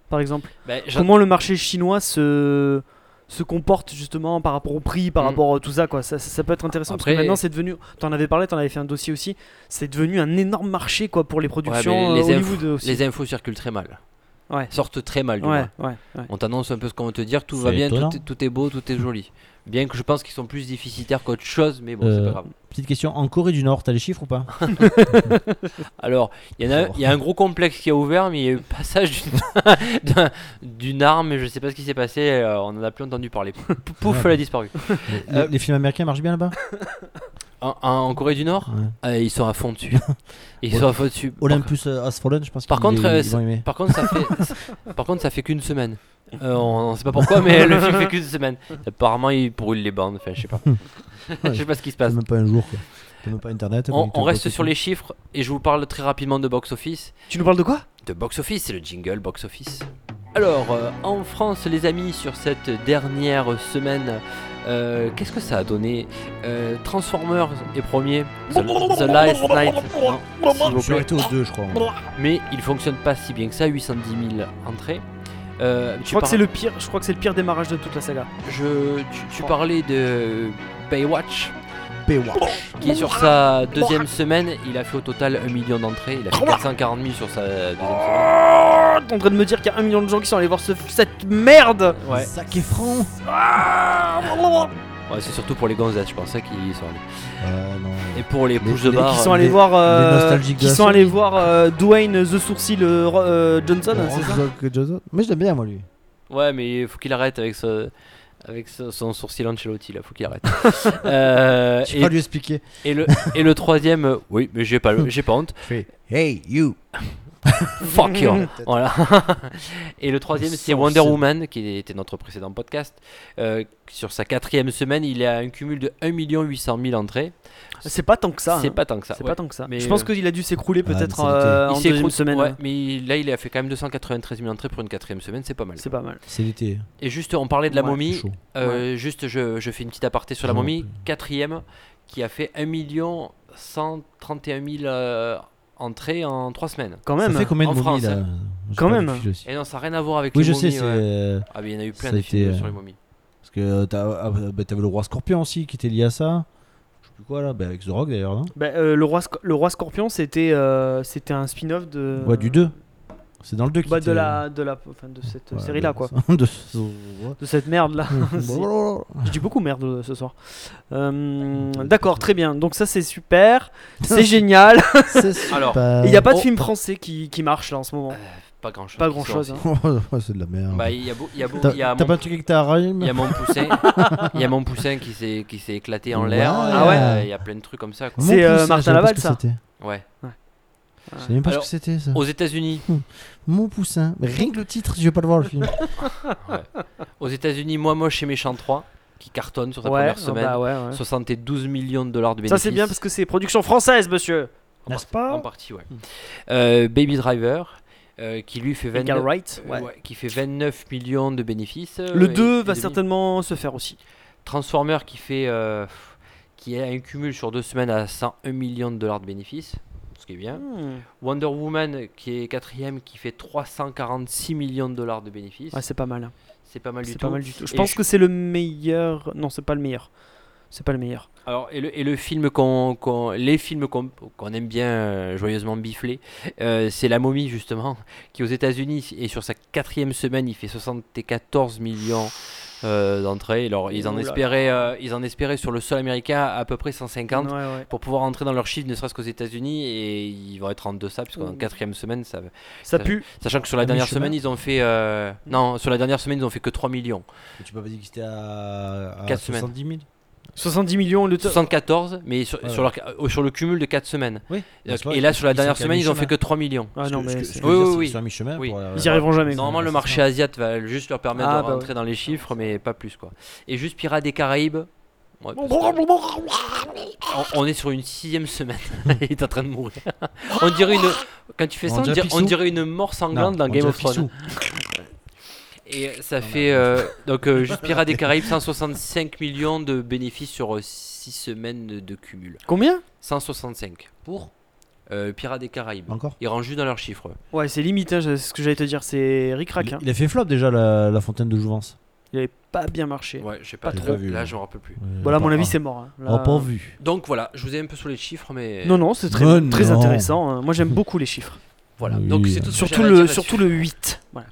D: par exemple.
B: Ben, j'en-
D: Comment le marché chinois se, se comporte justement par rapport au prix, par
B: Mm.
D: rapport à tout ça, quoi. Ça, ça, ça peut être intéressant parce que
B: Après-
D: maintenant, c'est devenu. T'en avais parlé, t'en avais fait un dossier aussi. C'est devenu un énorme marché, quoi, pour les productions
B: Ouais, mais les
D: euh,
B: infos-
D: Hollywood aussi.
B: les infos circulent très mal,
D: Ouais.
B: sortent très mal, du
D: Ouais,
B: moins.
D: ouais, ouais.
B: On t'annonce un peu ce qu'on veut te dire, tout
C: C'est
B: va bien,
C: étonnant.
B: tout est, tout est beau, tout est joli. Bien que je pense qu'ils sont plus déficitaires qu'autre chose, mais bon, c'est
C: Euh.
B: pas grave.
C: Petite question, en Corée du Nord, t'as les chiffres ou pas
B: Alors, il y, en a,
C: Faut
B: il y a un gros complexe qui a ouvert, mais il y a eu le passage d'une- d'un- d'une arme, et je sais pas ce qui s'est passé, euh, on en a plus entendu parler.
C: Ah,
B: Pouf, elle a disparu.
C: les,
B: Euh,
C: les films américains marchent bien là-bas
B: En, en- en Corée du Nord,
C: Ouais.
B: euh, ils sont à fond dessus. Ils sont à fond dessus. Par-
C: Olympus euh, Has Fallen, je pense
B: Par
C: qu'ils-
B: contre, euh,
C: ils vont aimer.
B: Par contre, ça fait, par contre, ça fait qu'une semaine. Euh, on, on sait pas pourquoi, mais le film fait qu'une semaine. Apparemment, ils brûlent les bandes. Enfin, je sais pas. je sais pas ce qui se
C: C'est
B: passe.
C: même pas un jour quoi. T'as même pas internet.
B: On,
C: connecte
B: on
C: au
B: reste
C: poste
B: sur
C: et
B: les chiffres et je vous parle très rapidement de box office.
D: Tu nous parles de quoi
B: De box office, c'est le jingle box office. Alors, euh, en France, les amis, sur cette dernière semaine, euh, qu'est-ce que ça a donné Euh, Transformers est premier. The, The Last Night. Non, s'il vous
C: tout. Je suis
B: plaît.
C: arrêté aux deux, je crois.
B: Mais il fonctionne pas si bien que ça, 810 000 entrées. Euh, tu
D: Je crois que
B: par-
D: c'est le pire. Je crois que c'est le pire démarrage de toute la saga.
B: Je, tu,
D: Oh.
B: tu parlais de Baywatch,
C: Baywatch.
B: qui sur sa deuxième semaine, il a fait au total 1 million d'entrées. Il a fait 440 000 sur sa deuxième semaine.
D: Oh, t'es en train de me dire qu'il y a un million de gens qui sont allés voir ce- cette merde.
B: Ouais,
C: Zac Efron.
B: ouais c'est surtout pour les gonzesses, je pensais qu'ils sont allés.
C: Euh, non.
B: Et pour les
C: Mais-
B: bouches de
C: mais
B: bar,
D: qui sont
C: les-
D: allés voir. euh,
C: les nostalgiques de
D: qui
C: la
D: sont allés
C: série.
D: voir euh, Dwayne the Sourcil euh, Ro- euh, Johnson. c'est ça
C: Rock Johnson. Moi je l'aime bien moi lui.
B: Euh,
D: euh.
B: ouais, mais faut qu'il arrête avec ce. Avec ce- son sourcil Ancelotti là, faut qu'il arrête. Euh,
C: Je
B: et,
C: vais pas lui expliquer.
B: et le, et le troisième, euh, oui, mais j'ai pas, le- j'ai pas honte.
C: Hey you.
B: Fuck you. Voilà. Et le troisième, c'est
C: Sans
B: Wonder
C: scène.
B: Woman, qui était notre précédent podcast. Euh, sur sa quatrième semaine, il a un cumul de 1 800 000 entrées.
D: C'est pas tant que ça.
B: C'est
D: hein.
B: pas tant que ça.
D: C'est
B: ouais.
D: pas tant que ça.
B: Mais,
D: je pense
B: euh,
D: qu'il a dû s'écrouler
C: Ah,
D: peut-être
C: mais c'est
D: euh, en
B: Il s'écroule-
D: deuxième semaine.
B: ouais, mais il- là, il a fait quand même 293 000 entrées pour une quatrième semaine, c'est pas mal.
D: C'est pas mal.
C: C'est l'été.
B: Et juste, on parlait de la
D: Ouais,
C: c'est
B: momie.
C: chaud.
B: euh, Juste, je, je fais une petite aparté sur la
C: Je m'en
B: momie.
C: rappelle.
B: Quatrième, qui a fait 1 131 000 euh, entrées en 3 semaines.
D: Quand
C: Ça
D: même.
C: fait combien
B: en
C: de momies
B: France, hein
C: là J'ai
D: Quand
C: pas vu
D: même.
C: le fil aussi.
B: Et non, ça n'a rien à voir avec
C: Oui
B: les
C: je sais.
B: momies,
C: c'est,
B: ouais.
C: euh,
B: Ah, mais il y en a eu plein
C: ça
B: de
C: a
B: films
C: été,
B: sur
C: euh,
B: les momies.
C: Parce que t'as- ah, bah, t'avais le roi scorpion aussi qui était lié à ça. Je sais plus quoi là. Bah, avec The Rock d'ailleurs. non
D: Bah, euh, le, roi Sc- le roi scorpion, c'était euh, c'était un spin-off de.
C: Ouais du 2. C'est dans le 2 qui
D: Bah,
C: était- euh,
D: de la de la enfin, de cette
C: Ouais,
D: série là
C: de- Bah,
D: quoi.
C: de-
D: De cette merde là. Je dis beaucoup merde euh, ce soir. Euh, D'accord, très bien. Donc ça c'est super, c'est génial.
C: Euh, C'est
B: Alors,
C: super.
D: Il n'y a pas de
B: Oh.
D: film français qui, qui marche là en ce moment.
B: Pas grand chose.
D: Pas hein. grand chose.
B: hein.
C: Ouais, c'est de la merde.
B: Bah, il y a, beau- il y a, beau-
C: Ah, T'as
B: il y a
C: t'as
B: mon,
C: pas un truc avec ta rime
B: il y a mon poussin, il y a mon poussin qui s'est qui s'est éclaté en l'air.
C: Ouais.
D: Ah ouais
B: euh, Il y a plein de trucs comme ça. Quoi.
D: C'est, euh,
C: Mon poussin,
D: Martin
C: je savais pas
D: Laval,
C: ce que
D: ça.
C: c'était.
B: Ouais.
C: Je savais même pas
B: Alors,
C: ce que c'était ça.
B: Aux États-Unis,
C: Mon poussin. Mais rien que le titre, je vais pas le voir le film.
B: aux États-Unis, moi moche et méchant 3 qui cartonne sur sa
D: Ouais,
B: première semaine,
D: bah ouais, ouais.
B: 72 millions de dollars de
D: Ça
B: bénéfices.
D: c'est bien parce que c'est production française, monsieur.
B: En
C: N'est-ce
B: partie-
C: pas
B: En partie,
D: Hmm.
B: ouais. Euh, Baby Driver. euh, qui lui fait
D: Edgar
B: 29,
D: Wright.
B: euh, ouais, qui fait 29 millions de bénéfices. euh,
D: Le
B: et-
D: 2
B: et
D: va
B: demi.
D: certainement se faire aussi.
B: Transformer qui fait euh, qui a un cumul sur deux semaines à 101 millions de dollars de bénéfices, ce qui est
D: Ah.
B: bien. Wonder Woman qui est quatrième qui fait 346 millions de dollars de bénéfices.
D: Ouais, c'est pas mal. hein.
B: c'est pas mal du
D: C'est
B: tout.
D: pas mal du tout. Je
B: Et
D: pense
B: je-
D: que c'est le meilleur. Non, c'est pas le meilleur. C'est pas le meilleur.
B: Alors et le, et le film qu'on qu'on- les films qu'on qu'on aime bien euh, joyeusement bifler, euh, c'est La Momie justement qui aux États-Unis et sur sa quatrième semaine il fait 74 millions. euh, d'entrées alors ils en
D: Ouh là là.
B: espéraient euh, ils en espéraient sur le sol américain à peu près 150
D: Ouais, ouais.
B: pour pouvoir entrer dans leur chiffre, ne serait-ce qu'aux États-Unis, et ils vont être en deçà, puisqu'en
D: Mm.
B: quatrième semaine, ça... Ça-
D: Ça pue.
B: sachant que sur la
C: À
B: dernière
C: mi-chemin.
B: semaine, ils ont fait. euh, Non, sur la dernière semaine, ils ont fait que 3 millions.
C: Tu m'as pas dit que c'était à, à
B: Quatre semaines.
C: 70 000
D: 70 millions le
B: 74, mais sur,
C: Ouais,
B: sur leur- euh, sur le cumul de 4 semaines.
C: Oui. Bah,
B: Donc, et là, sur la dernière semaine, ils ont fait que 3 millions.
D: Ah non, mais c'est-
B: Oui, oui, oui.
C: Ils sont à mi-chemin.
B: Oui.
C: pour euh, la-
D: ils y arriveront jamais. quoi.
B: Normalement, le
C: c'est
B: marché
C: ça.
B: asiat va juste leur permettre
D: Ah,
B: de
D: bah
B: rentrer dans les chiffres, mais pas plus, quoi. Et juste Pirates des Caraïbes. ouais, parce que- on, on est sur une sixième semaine. Il est en train de mourir. on dirait une. Quand tu fais
C: On
B: ça, on
C: dirait
B: dirait, on
C: Picsou.
B: dirait une mort
C: Non,
B: sanglante
C: on
B: dans Game
C: dirait
B: of Thrones.
C: Picsou.
B: Et ça fait euh, donc euh, juste Pirates des Caraïbes 165 millions de bénéfices sur 6 semaines de, de cumul.
D: Combien
B: 165 pour euh, Pirates des Caraïbes.
C: Encore
B: Ils rentrent juste dans leurs chiffres.
D: Ouais, c'est limite. hein, c'est ce que j'allais te dire. C'est ric
C: Il- Il a fait flop déjà la, la fontaine de Jouvence.
D: Il avait pas bien marché.
B: Ouais, je sais pas
C: J'ai
B: trop.
C: pas vu,
B: Là,
C: moi.
B: je me rappelle plus.
D: Voilà, à mon avis,
C: Ah,
D: c'est mort. hein. Là-
C: ah, pas vu.
B: Donc voilà, je vous ai un peu sur les chiffres, mais
D: Non, non, c'est très,
C: Mais
D: très
C: non.
D: intéressant. hein. Moi, j'aime beaucoup les chiffres.
B: voilà.
C: Oui,
B: Donc c'est
C: euh,
B: tout. ce que
D: Surtout
B: j'avais à
D: le,
B: dire
D: surtout
B: là-dessus.
D: le 8. Voilà.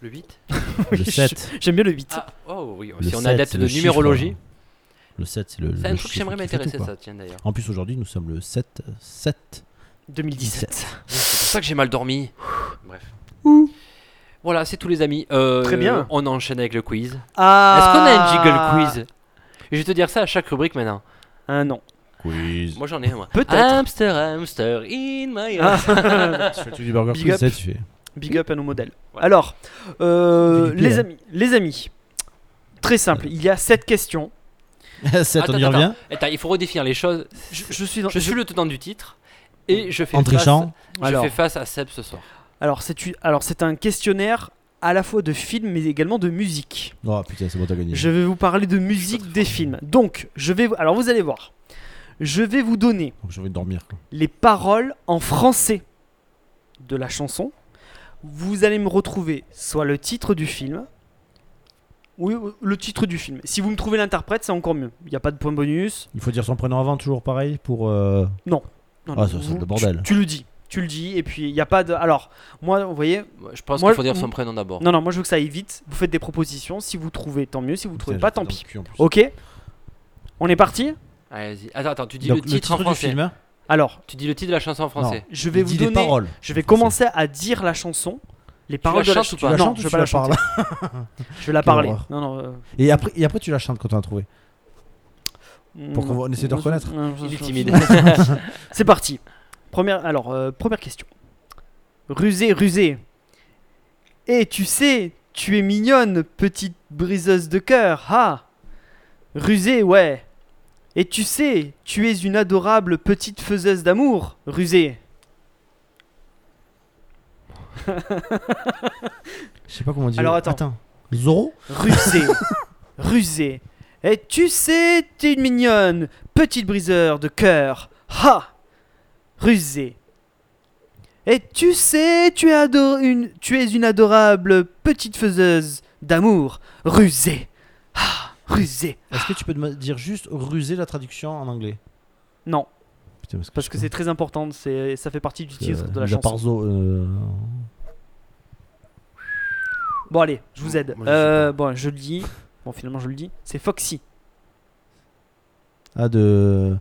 B: Le 8
C: Le 7.
D: J'aime bien le 8.
B: Ah, oh oui,
C: Le
B: si on
C: sept,
B: adapte
C: c'est
B: de
C: le chiffre, euh,
B: numérologie.
C: Le 7, c'est le.
B: C'est
C: le
B: un truc
C: chiffre
B: qui j'aimerais
C: qui fait tout,
B: m'intéresser,
C: quoi.
B: ça, tiens d'ailleurs.
C: En plus, aujourd'hui, nous sommes le 7. 7.
D: 2017.
B: C'est pour ça que j'ai mal dormi. Bref. Voilà, c'est tout les amis. Euh,
D: Très bien.
B: On enchaîne avec le quiz.
D: Ah
B: Est-ce qu'on a un jiggle quiz Je vais te dire ça à chaque rubrique maintenant.
D: Ah non.
C: Quiz.
B: Moi j'en ai un, moi.
D: Peut-être.
B: Hamster, hamster, in my house.
C: Sur du burger
D: Big
C: quiz,
D: up.
C: ça, tu fais.
D: Big up à nos modèles.
B: Voilà.
D: Alors, euh,
C: Philippe,
D: les
C: hein.
D: amis, les amis, très simple. Il y a 7 questions.
C: 7, on y
B: Attends,
C: revient.
B: Attends, il faut redéfinir les choses.
D: Je, je suis dans.
B: Je suis le tenant du titre et je fais
C: En
B: face,
C: trichant.
B: je
D: Alors.
B: fais face à Seb ce soir.
D: Alors c'est tu- alors c'est un questionnaire à la fois de films mais également de musique.
C: Oh putain, c'est bon, t'as gagné.
D: Je vais vous parler de musique des films. Donc, je vais vous- alors vous allez voir. Je vais vous donner
C: Donc, J'ai envie de dormir. quoi.
D: les paroles en français de la chanson. Vous allez me retrouver soit le titre du film, oui, oui, le titre du film. Si vous me trouvez l'interprète, c'est encore mieux. Il n'y a pas de point bonus.
C: Il faut dire son prénom avant, toujours pareil pour. euh,
D: Non,
C: Ah,
D: non,
C: ça, c'est
D: vous-
C: le bordel.
D: Tu, tu le dis, tu le dis, et puis il n'y a pas de. Alors, moi, vous voyez,
B: Moi, Je pense
D: Moi,
B: qu'il faut dire
D: le-
B: son prénom d'abord.
D: non, non, moi je veux que ça aille vite. Vous faites des propositions. Si vous trouvez, tant mieux. Si vous trouvez
C: putain,
D: pas,
C: j'ai
D: tant
C: dans le
D: pis.
C: cul, en plus.
D: Ok. On est parti.
B: Allez, vas-y. Attends, attends, tu dis
C: Donc,
B: le titre en
C: du
B: français.
C: film, hein.
D: Alors,
B: Tu dis le titre de la chanson en français.
D: je vais
C: Il
D: vous
C: dit les
D: donner.
C: paroles.
D: Je vais commencer à dire la chanson, les paroles
B: la
D: de la
B: chantes ou pas
D: chanson.
C: Tu la
D: Non,
C: chantes ou
D: je vais
C: tu
D: pas
C: la
D: la chanter. je vais la
C: Quelle
D: parler.
C: horreur.
D: Non, non. euh,
C: Et après, et après, tu la chantes quand on a trouvé. Pour
D: mm,
C: qu'on voit- on essaie de
D: mm,
C: reconnaître.
D: mm,
B: Il est
D: mm,
B: timide.
D: mm. C'est parti. Première, alors euh, première question. Rusé, rusé. Et tu sais, tu es mignonne, petite briseuse de cœur. Ah. Rusé, ouais. Et tu sais, tu es une adorable petite faiseuse d'amour. Rusé.
C: Je sais pas comment dire.
D: Alors, attends.
C: Zoro
D: Rusé, rusé. Et tu sais, t'es une mignonne, petite briseur de cœur. Ha Rusé. Et tu sais, tu es, ado- une, tu es une adorable petite faiseuse d'amour. Rusé. Ha Rusé.
C: Est-ce que tu peux me dire juste ruser la traduction en anglais
D: Non,
C: Putain,
D: parce que c'est très important, c'est, ça fait partie du titre de la
C: La
D: chanson.
C: parzo. euh,
D: Bon allez, je vous aide.
B: Moi, je sais
D: Euh, bon, je le dis. Bon, finalement, je le dis. C'est Foxy.
C: Ah, de.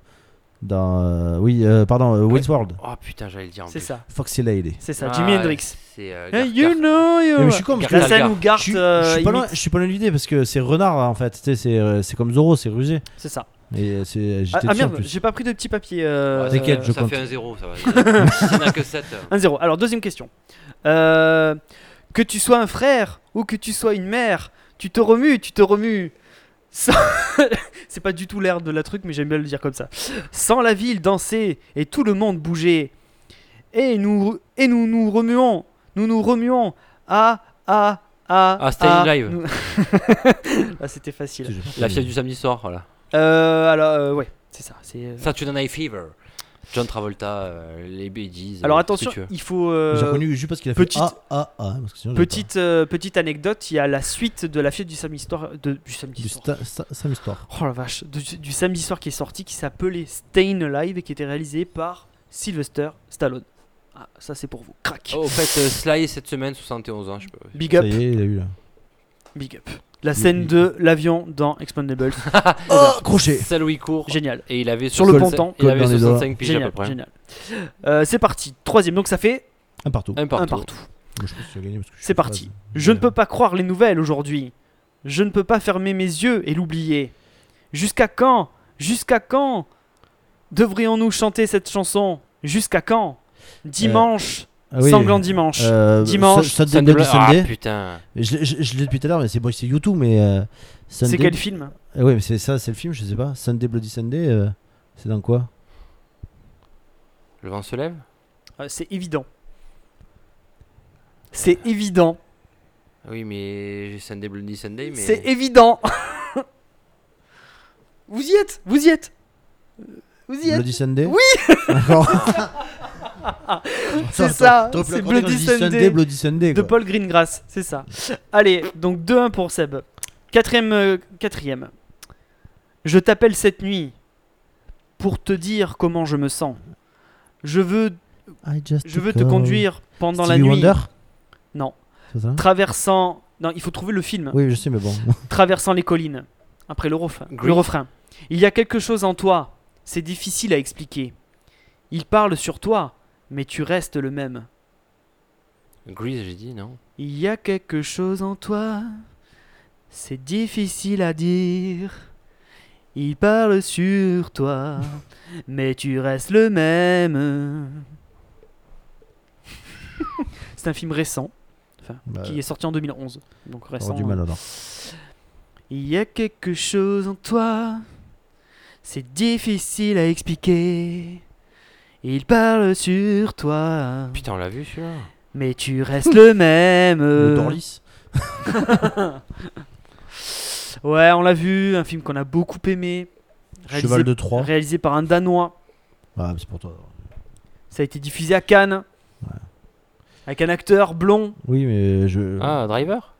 C: Dans. euh, Oui, euh, pardon, euh, Wayne's World.
B: Oh putain, j'allais le dire en
D: C'est
B: plus.
D: ça.
C: Foxy Lady.
D: C'est ça,
B: Ah,
D: Jimi Hendrix. Eh,
B: C'est euh,
D: Hey,
B: Garth-
D: you know you.
C: Eh, mais je suis con, parce que-
D: La
B: Garth-
D: scène où Garth,
C: Je suis,
D: euh,
C: je suis pas
D: imite-
C: loin, je suis pas loin de l'idée parce que c'est renard là, en fait. Tu sais, c'est euh, c'est comme Zoro, c'est rusé.
D: C'est ça.
C: Et c'est
D: Ah,
C: j'étais
D: ah
C: dessus, en
D: merde,
C: plus.
D: j'ai pas pris de petit papier. Euh,
B: Ouais,
C: T'inquiète, je
B: ça
C: compte.
B: fait un zéro, ça va. Il n'y en a que 7.
D: 1-0. Alors, deuxième question. Euh, que tu sois un frère ou que tu sois une mère, tu te remues, tu te remues. Sans- C'est pas du tout l'air de la truc, mais j'aime bien le dire comme ça. Sans la ville danser et tout le monde bouger. Et nous et nous, nous remuons, nous nous remuons. Ah, ah, ah.
B: Ah, Stay Alive.
D: nous- ah, c'était facile.
B: La fièvre du samedi soir, voilà.
D: Euh, alors, euh, ouais, c'est ça. C'est. euh,
B: Saturday Night Fever. John Travolta, euh, les Bee Gees,
D: Alors
B: euh, tout ce
D: attention,
B: que tu veux.
D: il faut euh,
C: J'ai reconnu juste parce qu'il a
D: petite-
C: fait ah ah ah parce que sinon, j'avais
D: petite euh, petite anecdote. Il y a la suite de la fièvre du samedi soir de, du
C: pas.
D: samedi
C: du
D: soir.
C: sta- sta- Sam Histoire.
D: Oh la vache, du, du samedi soir qui est sorti, qui s'appelait Stayin' Alive et qui était réalisé par Sylvester Stallone. Ah, ça c'est pour vous. Crac.
B: Oh, au fait, euh, Sly cette semaine, 71 ans. Je peux...
D: Big
C: Ça
D: up,
C: y est, il a eu là.
D: big up. La scène de l'avion dans Expendables,
C: Oh, crochet.
B: Celle où il court.
D: génial.
B: Et il avait
D: Sur le
B: 65
D: ponton.
B: Il avait
C: Code dans les doigts.
B: 65 piges à peu
D: Génial,
B: près.
D: génial. Euh, c'est parti, troisième, donc ça fait
C: Un partout.
B: Un partout.
D: un partout.
C: Moi, je pense qu'il a gagné parce que je
D: C'est
C: suis
D: parti.
C: pas-
D: Je ne
C: Ouais.
D: peux pas croire les nouvelles aujourd'hui. Je ne peux pas fermer mes yeux et l'oublier. Jusqu'à quand Jusqu'à quand devrions-nous chanter cette chanson Jusqu'à quand Dimanche,
C: Ah oui.
D: sanglant dimanche.
C: Euh,
D: Dimanche,
C: Sun- Sunday
B: Sunday
C: Bloody
B: Bla- Ah
C: Sunday.
B: putain.
C: Je, l'ai- je- je l'ai depuis tout à l'heure, mais c'est bon, c'est YouTube, mais. euh,
D: c'est
C: Sunday-
D: quel film
C: Ah ouais, mais c'est ça, c'est le film, je sais pas. Sunday Bloody Sunday, euh, c'est dans quoi
B: Le vent se lève
D: Euh, C'est évident. C'est évident.
B: Ah Oui, mais j'ai Sunday Bloody Sunday, mais.
D: C'est évident. vous y êtes Vous y êtes Vous y êtes
C: Bloody Sunday Oui D'accord.
D: C'est
C: Attends,
D: ça,
C: t'aurais pu la compter quand je dis
D: c'est Bloody
C: Sunday.
D: Sunday
C: Bloody Sunday.
D: De
C: quoi.
D: Paul Greengrass, c'est ça. Allez, donc 2-1 pour Seb. Quatrième, euh, quatrième. Je t'appelle cette nuit pour te dire comment je me sens. Je veux,
C: I just
D: je veux te
C: took a-
D: conduire pendant
C: Euh, Stevie
D: la nuit.
C: Wonder
D: Non.
C: c'est ça
D: Traversant. Non, il faut trouver le film.
C: Oui, je sais, mais bon.
D: Traversant les collines. Après le refrain.
B: Green.
D: Le refrain. Il y a quelque chose en toi. C'est difficile à expliquer. Il parle sur toi, mais tu restes le même.
B: Grease, j'ai dit, non
D: Il y a quelque chose en toi. C'est difficile à dire. Il parle sur toi, mais tu restes le même. C'est un film récent
C: Bah,
D: qui est sorti en 2011. Donc récent.
C: avoir du mal alors.
D: Il y a quelque chose en toi, c'est difficile à expliquer. Il parle sur toi,
B: Putain, on l'a vu celui-là
D: mais tu restes le même.
C: Le Dorlis
D: Ouais, on l'a vu, un film qu'on a beaucoup aimé. Réalisé,
C: Cheval de Troie.
D: réalisé par un Danois.
C: Ah, mais c'est pour toi.
D: Ça a été diffusé à Cannes. Avec un acteur blond.
C: Oui, mais je.
B: Ah, Driver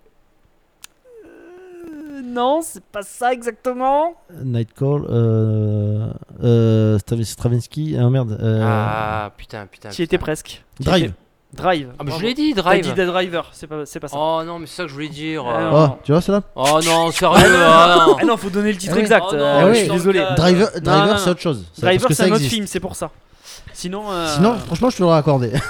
D: Euh, non, c'est pas ça exactement.
C: Nightcall, euh, euh, Strav- Stravinsky, ah merde. euh,
B: Ah, putain, putain.
D: Tu y
B: putain.
D: étais presque.
C: Drive.
D: Drive.
B: Ah, mais je
D: Bravo.
B: l'ai dit,
D: T'as dit
B: Drive
D: Dead Driver, c'est pas, c'est pas ça.
B: Oh non, mais c'est ça que je voulais dire.
D: Ah,
B: euh.
C: Oh,
D: non.
C: tu vois, c'est là
B: Oh non, sérieux, ah non
D: Ah non, faut donner le titre
C: Eh oui.
D: exact.
B: Oh non,
D: euh,
C: eh
D: je
C: oui.
D: suis désolé.
B: Ah,
C: Driver,
D: non,
C: Driver
D: non,
C: c'est
D: non.
C: autre chose. Ça, parce
D: Driver,
C: que
D: c'est un
C: ça
D: autre
C: existe.
D: film, c'est pour ça. Sinon, euh,
C: Sinon, franchement, je te l'aurais accordé.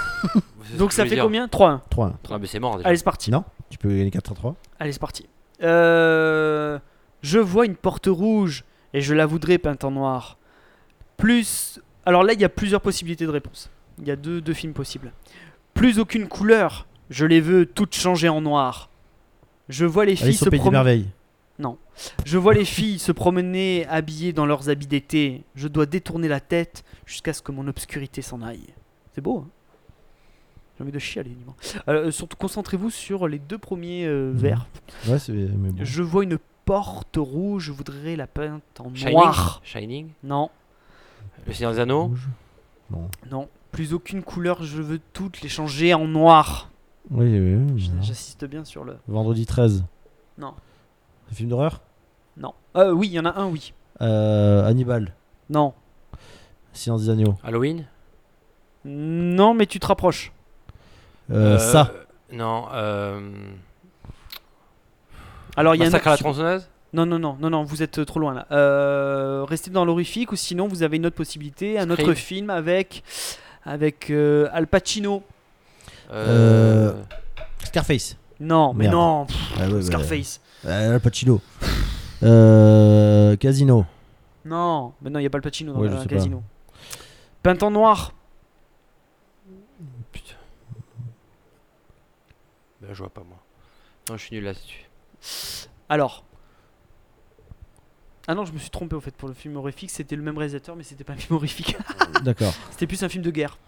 B: C'est ce
D: donc
B: que
D: ça
B: je voulais
D: fait
B: dire.
D: combien 3-1.
C: 3
B: Ah, mais c'est mort déjà.
D: Allez, c'est parti.
C: Non Tu peux gagner 4 à 3.
D: Allez, c'est parti. Euh, Je vois une porte rouge et je la voudrais peinte en noir. Plus. Alors là, il y a plusieurs possibilités de réponse. Il y a deux, deux films possibles. Plus aucune couleur, je les veux toutes changées en noir. Je vois les filles
C: Alice
D: se
C: au Pays des
D: promener.
C: Merveilles.
D: Je vois les filles se promener habillées dans leurs habits d'été. Je dois détourner la tête jusqu'à ce que mon obscurité s'en aille. C'est beau, hein J'ai envie de chialer, du moins. Euh, surtout, concentrez-vous sur les deux premiers euh,
C: Mhm.
D: vers.
C: Ouais, c'est. Mais bon.
D: Je vois une porte rouge, je voudrais la peinte en
B: Shining
D: noir.
B: Shining
D: Non,
B: Le Seigneur des Anneaux
C: Rouge. Non.
D: non. Plus aucune couleur, je veux toutes les changer en noir.
C: Oui, oui, oui,
D: J-
C: non.
D: J'insiste bien sur le...
C: Vendredi 13.
D: Non.
C: Un film d'horreur
D: Non. Euh, oui, il y en a un, oui.
C: euh, Hannibal.
D: Non.
C: Silence des agneaux.
B: Halloween
D: Non, mais tu te rapproches.
C: Euh, Ça.
B: Non, euh.
D: Alors, il y en
B: Massacre à
D: a...
B: la tronçonneuse
D: Non, non, non, non, non, vous êtes euh, trop loin là. Euh, restez dans l'horrifique ou sinon vous avez une autre possibilité, un autre
B: Scream.
D: film avec avec euh, Al Pacino.
B: Euh.
C: Scarface.
D: Non, mais
C: Merde.
D: non, pff,
C: Ah, ouais, ouais.
D: Scarface.
C: Euh, Al Pacino. euh, Casino.
D: Non, mais non, il y a pas Al Pacino dans
C: Ouais, je
D: le
C: sais pas.
D: casino. Peint en noir.
B: Ben, je vois pas moi. Non, je suis nul là-dessus.
D: Alors. Ah non, je me suis trompé au fait pour le film horrifique, c'était le même réalisateur mais c'était pas un film horrifique.
C: D'accord.
D: c'était plus un film de guerre. Ah,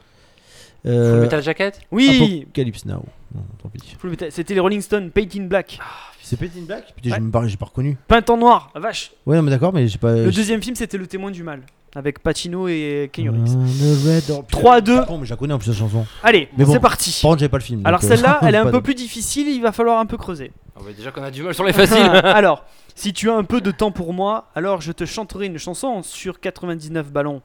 B: Full
C: Euh,
B: Metal Jacket
D: Oui,
C: Apocalypse Now. Non, tant pis.
D: Full Metal- c'était les Rolling Stones, Paint in Black.
C: C'est Petit Black Putain,
D: Ouais.
C: j'ai même pas- j'ai pas reconnu.
D: Peint en noir, ah, vache.
C: Ouais, non, mais d'accord, mais j'ai pas.
D: Le
C: j'ai-
D: deuxième film c'était Le témoin du mal avec Pacino et Keanu Reeves.
C: Euh, The Red Door- Putain,
D: 3-2.
C: par contre, mais je la connais en plus cette chanson.
D: Allez,
C: Mais bon.
D: c'est parti.
C: Par contre, j'avais pas le film.
D: Alors
C: donc, euh,
D: celle-là, elle est un
C: pas
D: peu
C: de-
D: plus difficile, il va falloir un peu creuser.
B: Ah, bah, déjà qu'on a du mal sur les faciles
D: alors, si tu as un peu de temps pour moi, alors je te chanterai une chanson sur 99 ballons.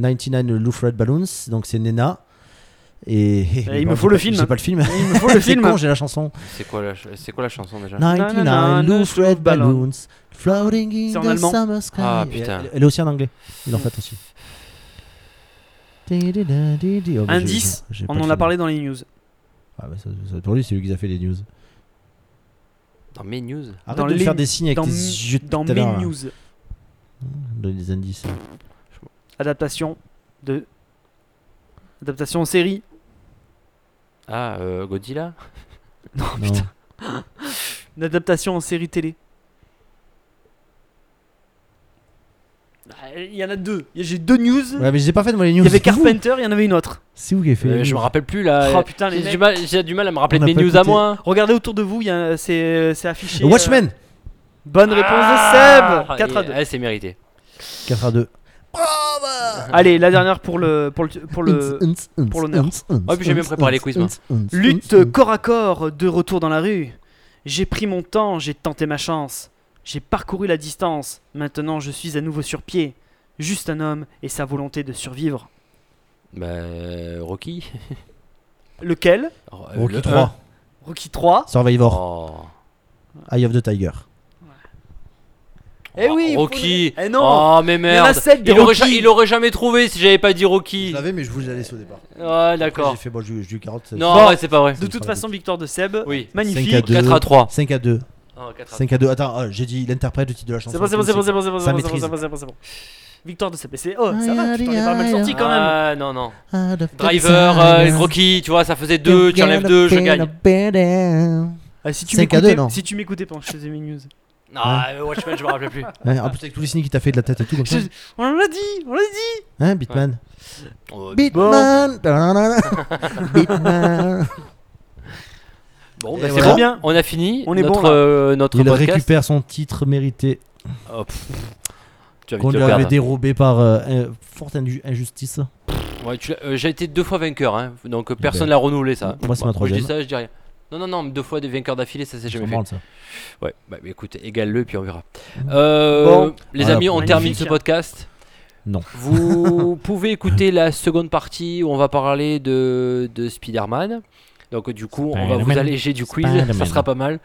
C: 99 Loof Red Balloons, donc c'est Nena. Et.
D: Eh, il
C: mais
D: me
C: par
D: faut
C: contre, j'ai
D: le
C: pas-
D: film.
C: J'ai pas le film.
D: Il me faut le
C: C'est
D: film.
C: con, j'ai la chanson.
B: C'est quoi, la ch- c'est quoi la chanson déjà
C: 99 Loof Red Balloons, floating
D: C'est
C: in
D: en
C: the
D: allemand.
C: summer sky.
B: Ah,
C: Et
B: putain.
C: Elle, elle est aussi en anglais. Il en fait aussi. Di-di-da-di-di. Oh, bah, j'ai-
D: Indice,
C: j'ai- j'ai pas
D: On
C: le
D: en a
C: film.
D: parlé dans les news.
C: Ah, bah, ça, ça- pour lui, c'est lui qui a fait les news.
B: Dans mes news
C: Arrête
D: Dans
C: de me
D: les-
C: faire des signes avec
D: dans
C: tes
D: mes-
C: yeux de
D: Dans
C: tout à
D: mes
C: l'heure, là.
D: news,
C: Donne des indices.
D: adaptation de adaptation en série.
B: Ah, euh, Godzilla
D: Oh,
C: Non.
D: Une adaptation en série télé. Ah, Il y en a deux. J'ai deux news.
C: Ouais, mais je les ai pas fait moi les news.
D: Il y avait
C: c'est vous.
D: Carpenter, il y en avait une autre.
C: C'est où qui a fait
B: Euh,
C: les
B: Je
C: news
B: me rappelle plus là.
D: Oh
B: euh,
D: putain, les
B: J'ai du,
D: mecs.
B: mal- j'ai du mal à me rappeler de
C: On
B: mes
C: a pas
B: news à
C: écouté.
B: moi.
D: Regardez autour de vous, il y a un- c'est c'est affiché. euh,
C: Watchmen
D: Bonne réponse de Seb 4 à 2.
B: Ah, c'est mérité.
C: 4 à 2.
D: Allez, la dernière pour le pour le pour le pour l'honneur.
B: Ah, puis j'ai bien préparé les quiz, moi.
C: Mm.
D: lutte corps à corps de retour dans la rue. J'ai pris mon temps, j'ai tenté ma chance. J'ai parcouru la distance. Maintenant, je suis à nouveau sur pied. Juste un homme et sa volonté de survivre.
B: Bah, euh, Rocky
D: Lequel
B: Ro- euh,
C: Rocky
B: le
C: 3.
D: Rocky 3.
C: Survivor,
B: Oh.
C: Eye of the Tiger.
D: Eh
B: Oh,
D: oui, il faut
B: Rocky.
D: les- Eh non.
B: Oh mais
D: y en a
B: merde.
D: sept des
B: il, aurait, ja-
D: Rocky.
B: il aurait jamais trouvé si j'avais pas dit
C: Je
B: Rocky.
C: l'avais, mais je vous laisse au départ.
B: Ouais,
C: Après,
B: d'accord.
C: J'ai fait, bon, j'ai j'ai eu 40.
B: Non,
D: Bon.
B: ouais, c'est pas vrai.
D: De toute façon, victoire de Seb.
B: Oh. Oui.
D: Magnifique.
C: 5 à 2.
B: 4 à 3.
C: 5 à 2.
B: Oh, quatre à
C: 5 à 2. Attends, ah, j'ai dit l'interprète, le titre de la chanson.
D: C'est bon, c'est bon, c'est bon, c'est bon, c'est bon,
C: Ça
D: c'est bon,
C: maîtrise.
D: c'est bon, c'est bon, c'est bon. Victoire de Seb. Mais c'est- Oh, ça va, tu t'en es pas mal sorti quand même.
B: Ah non, non. Driver, euh, Rocky, tu vois, ça faisait 2, tu enlèves 2, je gagne.
D: Ah, si tu
C: Cinq à deux,
D: m'écoutais,
C: non
D: si tu m'écoutais pendant que je faisais mes news.
B: Ah, euh, Watchmen, je me rappelais plus.
C: Hein, en plus, avec tous les signes qu'il t'a fait de la tête et tout, comme ça.
D: Je- On l'a dit, on l'a dit.
C: Hein, Bitman
B: Oh,
C: Bitman Bitman
B: Bon,
C: Et
B: bah, c'est
C: voilà.
B: bon.
D: Bien.
B: On a fini
D: On est
B: notre,
D: bon, là.
B: euh, notre
C: Il
B: podcast.
C: récupère son titre mérité
B: Oh, pff, tu as vite
C: qu'on
B: te
C: lui
B: le
C: avait
B: perdre.
C: dérobé par euh, un- forte inju- injustice.
B: Ouais, tu l'as- euh, J'ai été deux fois vainqueur, hein, donc euh,
C: ben,
B: personne l'a renouvelé ça.
C: moi, c'est ma
B: Je
C: troisième.
B: dis ça, je dis rien. Non, non, non, deux fois des vainqueurs d'affilée, ça c'est
C: Je
B: jamais fait.
C: m'en branle, ça.
B: Ouais, bah mais écoute, égale-le puis on verra. Euh,
D: Bon.
B: les
C: Mmh. Voilà,
B: amis, on
C: magnifique.
B: termine ce podcast.
C: Non.
B: Vous pouvez écouter la seconde partie où on va parler de, de Spider-Man. Donc du coup, on va vous
C: Spider-Man.
B: alléger du quiz, ça
C: Spider-Man.
B: sera pas mal.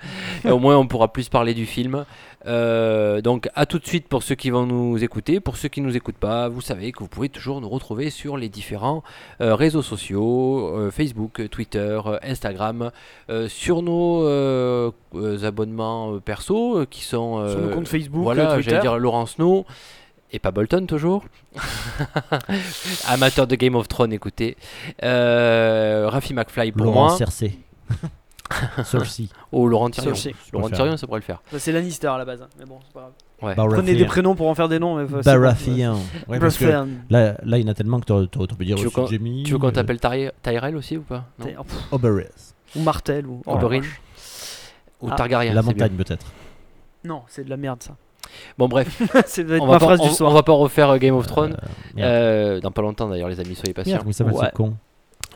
B: Et au moins, on pourra plus parler du film. Euh, donc à tout de suite pour ceux qui vont nous écouter. Pour ceux qui nous écoutent pas, vous savez que vous pouvez toujours nous retrouver sur les différents euh, réseaux sociaux, euh, Facebook, Twitter, euh, Instagram, euh, sur nos euh, euh, abonnements euh, perso euh, qui sont
D: Sur nos
B: euh,
D: comptes Facebook, euh,
B: voilà,
D: Twitter.
B: j'allais dire Laurence No et pas Bolton toujours. Amateur de Game of Thrones, écoutez. Euh, Raffi McFly pour
C: Laurent
B: moi.
C: Cercé. Cersei.
B: Ou Laurent Tyrion.
D: Cercé.
B: Laurent
C: Je préfère.
B: Tyrion, ça pourrait le faire.
D: Bah, C'est Lannister à la base, hein. mais bon, c'est pas grave. Prenez des
C: Baratheon.
D: prénoms pour en faire des noms. mais, euh, c'est bon.
C: Baratheon. Ouais, parce que
D: Baratheon.
C: Là, là, il y en a tellement que t'aurais t'aurais- t'aurais pu dire
B: Tu veux
C: aussi
B: qu'on-
C: Jamie.
B: Tu veux qu'on
C: euh,
B: t'appelle Tyre- Tyrell aussi ou pas Non.
D: T'es- oh, pff,
C: Oberyn.
B: Ah,
D: Ou Martel ou oh,
B: Oberyn Ou
D: Ah.
B: Targaryen.
C: La
B: c'est bien. Euh,
C: montagne, peut-être.
D: Non, c'est de la merde ça.
B: Bon, bref,
D: c'est doit être
B: on
D: ma
B: va, pas,
D: phrase
B: on-
D: du soir.
B: on va pas refaire euh, Game of Thrones.
C: merde.
B: Euh, dans pas longtemps d'ailleurs, les amis, soyez patients.
C: Merde, comment il s'appelle
D: Ouais.
C: ce con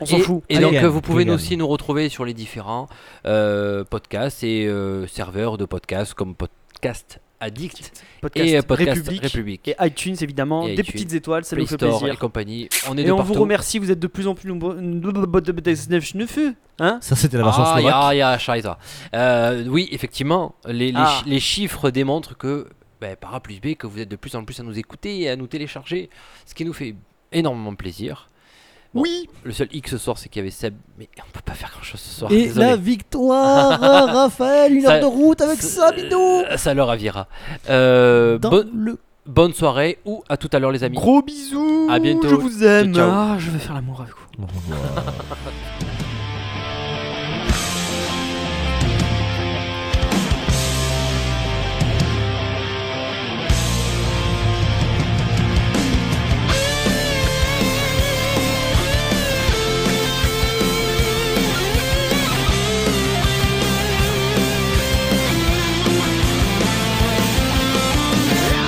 D: On s'en
B: et,
D: fout.
B: et
C: Allez,
B: donc,
C: gagne,
B: euh, vous pouvez
C: gagne.
B: aussi nous retrouver sur les différents euh, podcasts et euh, serveurs de podcasts comme Podcast Addict
D: Podcast,
B: et euh, Podcast
D: République,
B: République,
D: et iTunes évidemment.
B: Et
D: des
B: iTunes,
D: petites étoiles, ça
B: Play
D: nous fait
B: Store
D: plaisir.
B: et compagnie. On est
D: Et
B: de
D: on
B: partout.
D: vous remercie, vous êtes de plus en plus nombreux. Hein
C: Ça, c'était la version
B: Ah,
C: slovaque.
B: ya, ya, scheiße. Euh, oui, effectivement, les, les
D: Ah.
B: chi- les chiffres démontrent que, ben, par A plus B, que vous êtes de plus en plus à nous écouter et à nous télécharger, ce qui nous fait énormément plaisir. Bon.
D: Oui
B: Le seul hic ce soir, c'est qu'il y avait Seb, mais on peut pas faire grand-chose ce soir.
C: Et
B: désolé.
C: la victoire, Raphaël, une
B: Ça-
C: heure de route avec ça, bidou
B: Euh, Ça leur avira. Euh,
C: Dans
B: bon-
C: le
B: bonne soirée ou à tout à l'heure les amis.
D: Gros bisous
B: À bientôt.
D: Je vous aime
B: Ciao, ciao.
D: Ah, Je vais faire l'amour avec vous.
C: Au revoir.